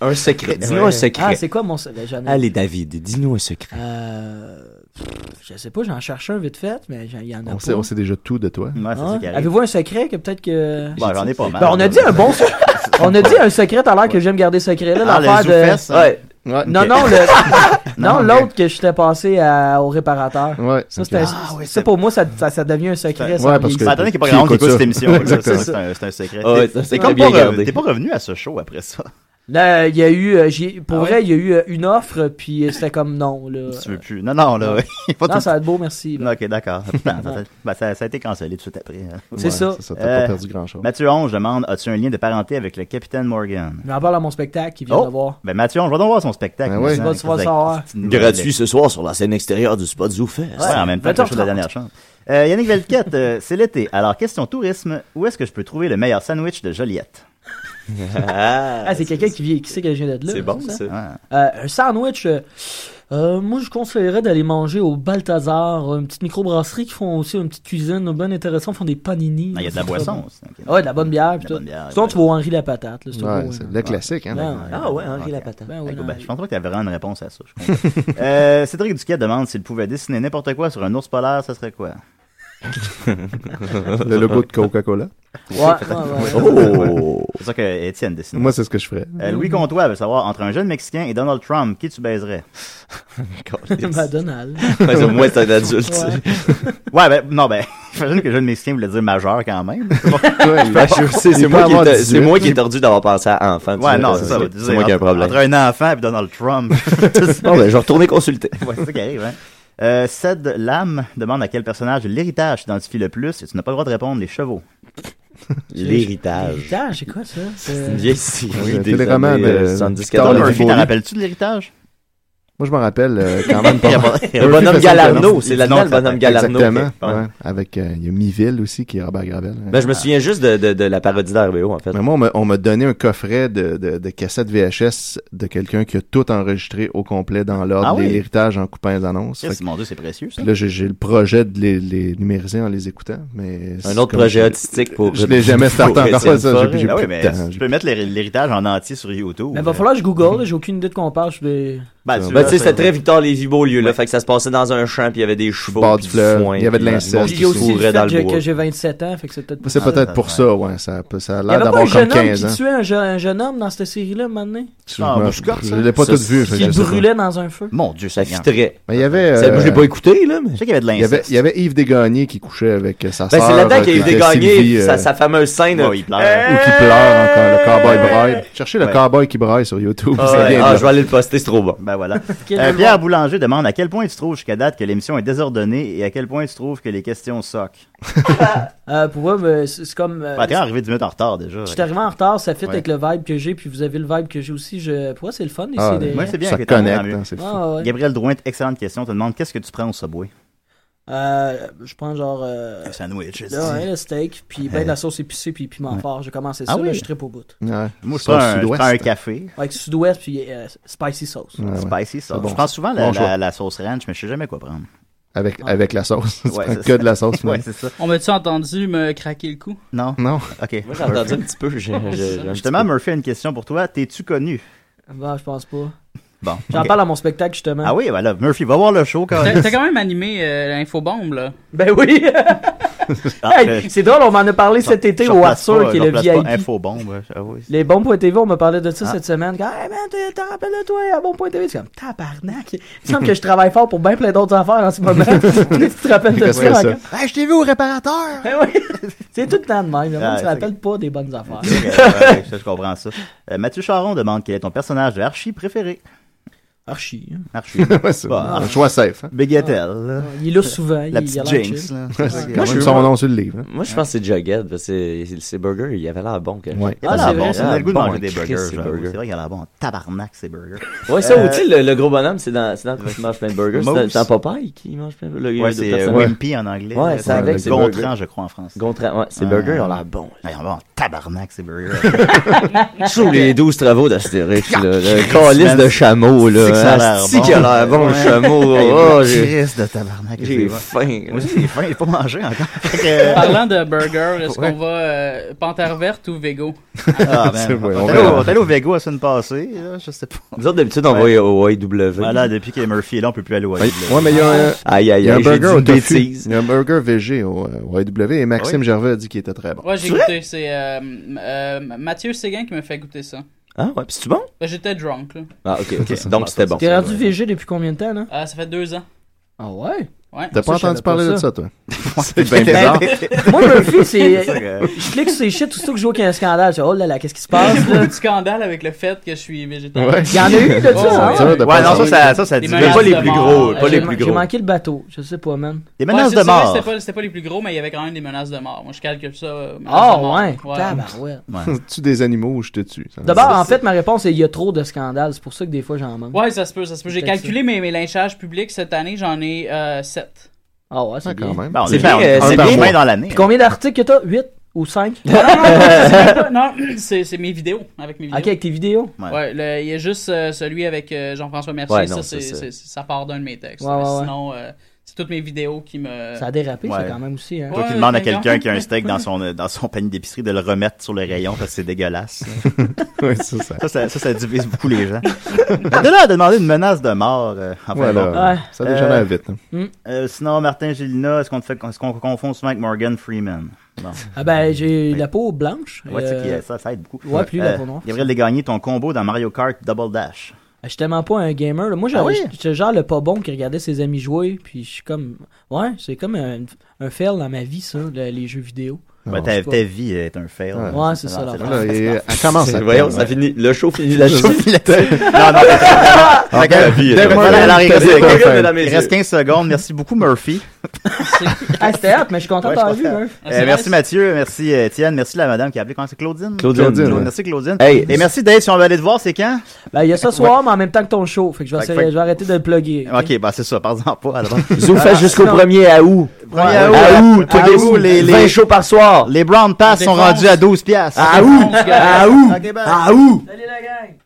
Un secret, dis-nous
Ouais.
un
Ah,
secret.
c'est quoi mon secret? J'en ai-
Allez, David, dis-nous un secret.
Euh, pff, Je sais pas, j'en cherche un vite fait, mais j'en- il y en a
On
pas.
sait, on sait déjà tout de toi.
Ouais, c'est
Hein?
ça qui arrive.
Avez-vous un secret que peut-être que.
Bon, j'en ai pas mal.
Ben, on a dit un bon secret. on a dit un secret à l'heure que j'aime garder secret. Là,
Ah,
l'affaire
les
de-
zoufesses, hein?
Ouais,
Ouais.
Non,
Ok.
non, le- non,
Non,
l'autre que j'étais passé à- au réparateur.
Ouais.
Ça,
ok.
c'était un-
Ah, oui,
ça,
c'est-
pour moi, ça, ça, ça devient un secret. ça,
Ouais, parce
en
que-
vieillissant.
Ça attendait qu'il n'y ait pas
Qui
grand monde qui
écoute
écoute
ça?
cette émission. là.
Exactement.
Ça, C'est un, c'est un secret.
Ah ouais,
T'es-
c'est un
T'es
secret
comme
bien
pas, re-
gardé.
t'es pas revenu à ce show après ça.
Là, il y a eu, euh, j'ai- pour vrai, il y a eu euh, une offre, puis euh, c'était comme non. Là.
Si Ah, tu veux plus. Non, non, là, il faut
Non, ça va être beau, merci. là.
Ok, d'accord. Attends, ça- ben, ça, ça a été cancellé tout de suite après. hein.
Ben, C'est ça.
Ça, t'as
Euh,
pas perdu grand-chose.
Mathieu 11 demande As-tu un lien de parenté avec le capitaine Morgan
J'en parle à mon spectacle qui vient
Oh!
de voir.
Ben, Mathieu 11, je vais donc voir son spectacle.
Ben oui.
maintenant,
Tu vas- tu vas
avec-
savoir.
petite nouvelle.
Gratuit ce soir sur la scène extérieure du Spot Zoo Fest.
Ouais, en même temps, que le show de la
20h30.
dernière chance. Euh, Yannick Velquette, euh, c'est l'été. Alors, question tourisme où est-ce que je peux trouver le meilleur sandwich de Joliette
Ah,
Ah, c'est quelqu'un qui vient, qui sait que je viens de là.
C'est bon,
ça?
ça.
Ah.
Euh, un sandwich, euh, euh, moi je conseillerais d'aller manger au Balthazar, euh, une petite microbrasserie qui font aussi une petite cuisine bien intéressante, font des panini.
Ah, Il y a de la
C'est
boisson
ça.
aussi. Ok.
Ouais, de la bonne
De
bière. Pis
la
tout.
bonne bière,
Sinon,
ouais.
tu vas au Henri la patate. Là, c'est au
Ouais,
coin,
c'est
là.
le classique, hein.
Non, non.
Ah ouais, Henri la patate.
Ben oui, non.
Ben, je pense pas que tu avais vraiment une réponse à ça. Je comprends. euh, Cédric Duquet demande s'il pouvait dessiner n'importe quoi sur un ours polaire, ça serait quoi
Le logo de Coca-Cola.
Ouais, ouais, ouais.
Oh!
C'est ça que Étienne dessine.
Moi, c'est ce que je ferais.
Euh, Louis Comtois veut savoir entre un jeune Mexicain et Donald Trump, qui tu baiserais
Ben, Donald.
Mais au moins, t'es un adulte.
Ouais.
Ouais, ben non, ben, j'imagine que jeune Mexicain voulait dire majeur quand même.
Ben, je sais,
Il
C'est
peut
moi, qui
avoir
est-
18.
c'est moi qui ai tordu d'avoir pensé à enfant. tu
Ouais,
vois,
non,
euh,
c'est ça.
C'est
tu
c'est
sais,
moi qui ai un
entre-
problème.
Entre un enfant et Donald Trump. ouais,
Bon, ben, je vais retourner consulter.
c'est ça qui arrive, hein. Euh, Ced Lame demande à quel personnage l'héritage s'identifie le plus et tu n'as pas le droit de répondre les chevaux.
L'héritage.
Putain, c'est quoi ça? Euh,
C'est une
C'est-
vieille série
Un
des
téléroman
années,
de-
euh,
Dans
Tom
70-80.
les
Murphy,
Fiboli.
t'en rappelles-tu de l'héritage?
Moi, je m'en rappelle euh, quand même pas. mal.
Le bonhomme
Murphy,
Galarno, c'est
il-
là-dedans
non,
le bonhomme Galarno.
Exactement.
ok.
ouais. Avec, euh, il y a Miville aussi qui est Robert Gravel. hein.
Ben, je me souviens juste de, de, de la parodie d'RBO, en fait.
Mais moi, on m'a- on m'a donné un coffret de, de, de cassettes VHS de quelqu'un qui a tout enregistré au complet dans l'ordre
Ah oui?
des héritages en coupant les annonces. Fait
Yes,
que-
Mon Dieu, c'est précieux ça.
puis là, j'ai j'ai le projet de les, les numériser en les écoutant. Mais c'est
Un autre
comme
projet
je-
artistique pour.
Je l'ai jamais starté
pour
encore,
Étienne
ça,
Forêt.
j'ai- j'ai-
Ah oui,
plus de
mais
temps.
tu peux mettre l'hé- l'héritage en entier sur YouTube.
Mais va falloir que je google, là, j'ai aucune idée de quoi on parle. Je vais...
Ben, tu
Ben,
vois,
tu sais, c'était
c'est-
très Victor Lévy lieu là. Fait que ça se passait dans un champ, puis il y avait des chevaux.
Bord
puis
du
du
fleuve,
foin,
il y avait de
puis, euh,
l'inceste
ils
Il y a aussi le
couraient
fait
dans le
que- que
bois.
j'ai 27 ans, fait que c'est peut-être...
C'est
Ah,
peut-être
ça,
pour
ouais.
ça, ouais. Ça, peut- ça a
Il y
l'air
avait pas un
d'avoir comme
jeune homme
15
qui
ans.
tuait un, je- un jeune homme dans cette série-là, un moment donné,
Je
Ah,
me-
Bushcott,
je
ça.
l'ai pas
Ça,
tout vu. fait que
qui
je sais pas. Euh,
brûlait dans un feu.
Mon Dieu,
Ça
ça vient.
fitrait.
Mais il y avait.
Ça,
euh,
moi, je l'ai pas écouté, là, mais.
Je sais qu'il y avait de
Il y, avait,
l'inceste.
il y avait Yves Desgagnés qui couchait avec euh, sa
Ben,
sœur.
c'est là-dedans qu'il
euh,
y a eu des
que
gagnés,
Sylvie, euh,
sa, sa fameuse scène. Ah,
Ouais, il pleure.
Ou qui pleure encore, le cowboy braille. Cherchez le
Ouais.
cowboy qui braille sur YouTube.
Ah,
c'est
ouais,
bien
ah,
là.
je vais aller le poster, c'est trop bon.
Ben voilà.
Quel
Euh,
malheur.
Pierre Boulanger demande à quel point tu trouves jusqu'à date que l'émission est désordonnée et à quel point tu trouves que les questions soquent.
Euh, pour moi, ben, c'est c'est comme... euh,
Ben, t'es arrivé 10 minutes en retard déjà.
Je suis arrivé en retard, ça fit
Ouais.
avec le vibe que j'ai, puis vous avez le vibe que j'ai aussi. Je... Pour moi, c'est le fun.
Ah,
ici. des...
Moi, c'est bien.
Ça
que t'as
connecte,
mieux.
hein, c'est fou.
Ah, ouais.
Gabriel Drouin, excellente question. Te demande qu'est-ce que tu prends au Subway
Euh, je prends genre euh,
Un sandwich. est-ce
là,
que-
hein, le steak, puis ben de la sauce épicée, puis piment fort. J'ai commencé ça,
Ah
là,
oui?
je tripe au bout.
Ouais.
Moi, je
Sur
prends,
le
un, je
sud-ouest.
prends un café.
Avec sud-ouest, puis euh, spicy sauce.
Ouais, ouais. Ah
Spicy sauce.
bon.
Je prends souvent la,
Bon choix.
la- la sauce ranch, mais je sais jamais quoi prendre.
Avec, avec la sauce. tu
Ouais,
prends
c'est
que
ça.
de la sauce,
Ouais,
finalement.
c'est ça.
On m'a-tu entendu me craquer le cou?
Non?
Non.
Ok.
Moi, j'ai entendu un petit peu. j'ai- j'ai- j'ai un
Justement,
petit peu.
Murphy a une question pour toi. T'es-tu connu?
Bah, je pense pas.
Bon.
J'en
ok.
parle à mon spectacle, justement.
Ah oui, ben là, Murphy, va voir le show quand
T'as
même.
t'as quand même animé euh, l'infobombe, là.
Ben oui!
Ah,
Hey, c'est drôle, on m'en a parlé cet été
je
au
replace
Arthur,
pas-
qui
je
est le
replace pas
VIP.
Infobombe, ah oui.
Les bons.tv, on me parlait de ça
Ah.
cette semaine. Quand, hey man, tu t'en rappelles de toi hein, à bon.tv? C'est comme tabarnak. Il me semble que je travaille fort pour bien plein d'autres affaires en ce moment. tu te rappelles de
Qu'est-ce que
ça?
c'est ça?
encore?
Hey, je t'ai vu au réparateur!
Ben oui. c'est tout le temps de même. Le monde
Ah,
se
c'est-
rappelle pas des bonnes affaires.
Ouais, ouais, ça, je comprends ça. Euh, Mathieu Charon demande quel est ton personnage de Archie préféré.
Archie. hein.
Archie.
Ouais, c'est
Bon.
un choix safe. hein.
Bégatelle.
Il est là souvent.
La
Ah. il, il a
petite
l'air
Jinx.
chill.
là.
C'est quand
Moi, je
même
suis-
son nom sur le livre. hein.
Moi, je pense que c'est Jughead, parce que c'est- c'est Burger, il avait l'air bon. quand même.
Ouais.
Il a
Ah,
l'air
c'est
bon,
vrai,
ça. On a le goût de
bon,
manger des
Chris,
burgers.
ces
j'avoue.
burgers.
C'est vrai qu'il a l'air bon. en Tabarnak, ces burgers.
Ouais, ça,
Euh,
ou tu sais, le, le gros bonhomme, c'est dans, c'est dans quoi il mange plein de burgers. C'est dans-
Moose.
C'est dans Popeye qui mange plein de burgers.
Ouais, c'est euh,
ouais.
Wimpy en anglais.
Ouais,
là,
c'est avec,
le
c'est
Gontran,
burger.
je crois, en France.
Gontra... Ouais, ces
Ah.
burgers ils ont l'air bons.
Ah, Ils ont l'air bon. Tabarnak, ces burgers.
Sous les 12 travaux d'Astérix, là. Le
calice
calice
de
de chameau,
là.
là.
Asti qu'il
qu'il
a
a
l'air
l'air bon,
le
le chameau.
Oh,
Oh, j'ai
Chris de tabarnak. c'est
j'ai
bon.
faim.
Moi aussi, j'ai faim. J'ai pas mangé encore. Fait que- euh,
Parlant de burger, est-ce
Ouais.
qu'on va euh, panthère verte ou Vego?
Ah,
C'est vrai,
man.
on
On est allé
verra.
au- on est allé au Vego la semaine passée. là, Je sais pas.
Nous autres, d'habitude, on
Ouais.
va au IW.
Voilà, depuis que Murphy est là, on peut plus aller au
Ouais,
IW.
ouais, mais il y a un,
Aïe,
il
aïe,
y a un
aïe, j'ai dit
burger au
une
tofu.
bêtise.
Il y a un burger VG au, euh, au IW et Maxime
oui?
Gervais a dit qu'il était très bon.
Ouais, j'ai goûté. C'est euh, euh, Mathieu Séguin qui me fait goûter ça.
Ah ouais, pis c'est-tu bon?
Ben, J'étais drunk, là.
Ah, ok, ok. Donc, c'était bon.
T'es rendu VG depuis combien de temps, là?
Euh, ça fait deux ans.
Ah ouais?
Ouais.
Ouais.
T'as pas
Ça,
entendu
je savais pas
parler de
ça.
ça, toi? C'est bien bizarre.
Moi, Murphy, c'est. Je clique sur ces shit, tout que je vois qu'il y a un scandale. Je dis, oh là là, qu'est-ce qui se passe?
J'ai
là?
beaucoup de scandale avec le fait que je suis végétarien.
Ouais.
Il y en a eu de
Oh,
ça,
ouais.
hein?
Ça, de
Ouais,
pas
non, ça,
savoir.
ça, ça, ça
Des
dit.
menaces
Pas les
de
plus
mort.
gros, pas
Euh,
les
J'ai-
plus
J'ai
gros.
manqué le bateau, je sais pas, man.
Des
Ouais,
menaces
c'est
de
ça,
mort.
C'était pas, c'était pas les plus gros, mais il y avait quand même des menaces de mort. Moi, je calcule ça. euh, menaces
Ah
de mort.
ouais,
Ouais.
tabarouette.
Tu des animaux ou je te tue? Ça-
D'abord, en fait, ma réponse est il y a trop de scandales. C'est pour ça que des fois, j'en manque.
Ouais, ça se peut, ça se peut. J'ai
Peut-être
calculé mes, mes lynchages publics cette année, j'en ai euh, 7.
Ah ouais, c'est
Ah,
bien.
quand même.
Ben, on
C'est
est bien,
bien,
on
euh,
est
c'est
par
bien.
chemin dans l'année.
Puis combien d'articles que t'as 8 ou 5 Ok,
non, c'est c'est mes vidéos, avec mes vidéos.
avec tes vidéos.
Ouais, le- il y a juste euh, celui avec euh, Jean-François Mercier,
Ouais, non,
ça,
c'est
c'est-
ça.
c'est- ça part d'un de mes textes.
Ouais,
Mais
ouais, ouais.
Sinon, euh, c'est toutes mes vidéos qui me...
Ça a dérapé, ça,
Ouais.
quand même aussi. Hein.
Toi
Euh, Ouais,
qui demandes à
mais
quelqu'un
non.
qui a un steak dans son, euh, dans son panier d'épicerie de le remettre sur le rayon parce que c'est dégueulasse.
Ouais, c'est ça.
Ça, ça, ça, ça divise beaucoup les gens. Mais De là à demander une menace de mort. euh, enfin, bon.
Voilà.
Ouais.
Ça déjà
Euh,
vite. hein.
Euh, sinon, Martin Gélina, est-ce qu'on te fait- est-ce qu'on confond souvent avec Morgan Freeman? Bon.
Ah ben, j'ai la peau blanche.
Ouais,
euh,
tu sais qu'il y a- ça, ça aide beaucoup.
ouais, plus la peau noire.
Gabriel Desgagnés, ton combo dans Mario Kart Double Dash.
Je suis tellement pas un gamer. là. Moi, j'étais
Ah oui?
j'étais genre le pas bon qui regardait ses amis jouer. Puis je suis comme. Ouais, c'est comme un, un fail dans ma vie, ça, le- les jeux vidéo.
Ouais, ta,
c'est pas-
ta vie est un fail.
Ouais,
Ouais, c'est ça, l'affaire.
Voilà, et elle commence à
Voyons, ça finit. Le show finit la
show
finit la
Non, non, c'est ça.
Ah,
Fait que-
ben,
vie est
Dave
vraiment-
Morgan,
Voilà, alors,
t'as
il
dit
reste-
quoi,
Quelqu'un,
Fred?
mesdames et
Il
messieurs.
reste 15 secondes. Merci beaucoup, Murphy.
Ah, c'était hâte, mais je suis content
Ouais,
d'avoir
je
vu, hein.
suis content.
Murph.
Euh, merci, Mathieu. Merci, euh, Étienne. Merci, la madame qui a appelé. Comment c'est Claudine?
Claudine.
Claudine, ouais.
Merci, Claudine.
Hey,
Et merci, Dave. Si on veut aller te voir, c'est quand?
Ben, il y a ce soir, mais en même temps que ton show. Fait que je vais,
Fait que-
essayer- je vais arrêter de le plugger. ok?
Ok, bah c'est ça. Parle-en pas. alors.
Zoufest jusqu'au 1er à août.
Premier
À
août,
août,
Ah, à
tous
août,
les
les-
20
les-
shows par soir.
Les Brown Pass sont
Défense.
Ah
rendus à 12 piastres. Ah
À août, à août,
ben, Ok, bye.
à août.
Salut la gang!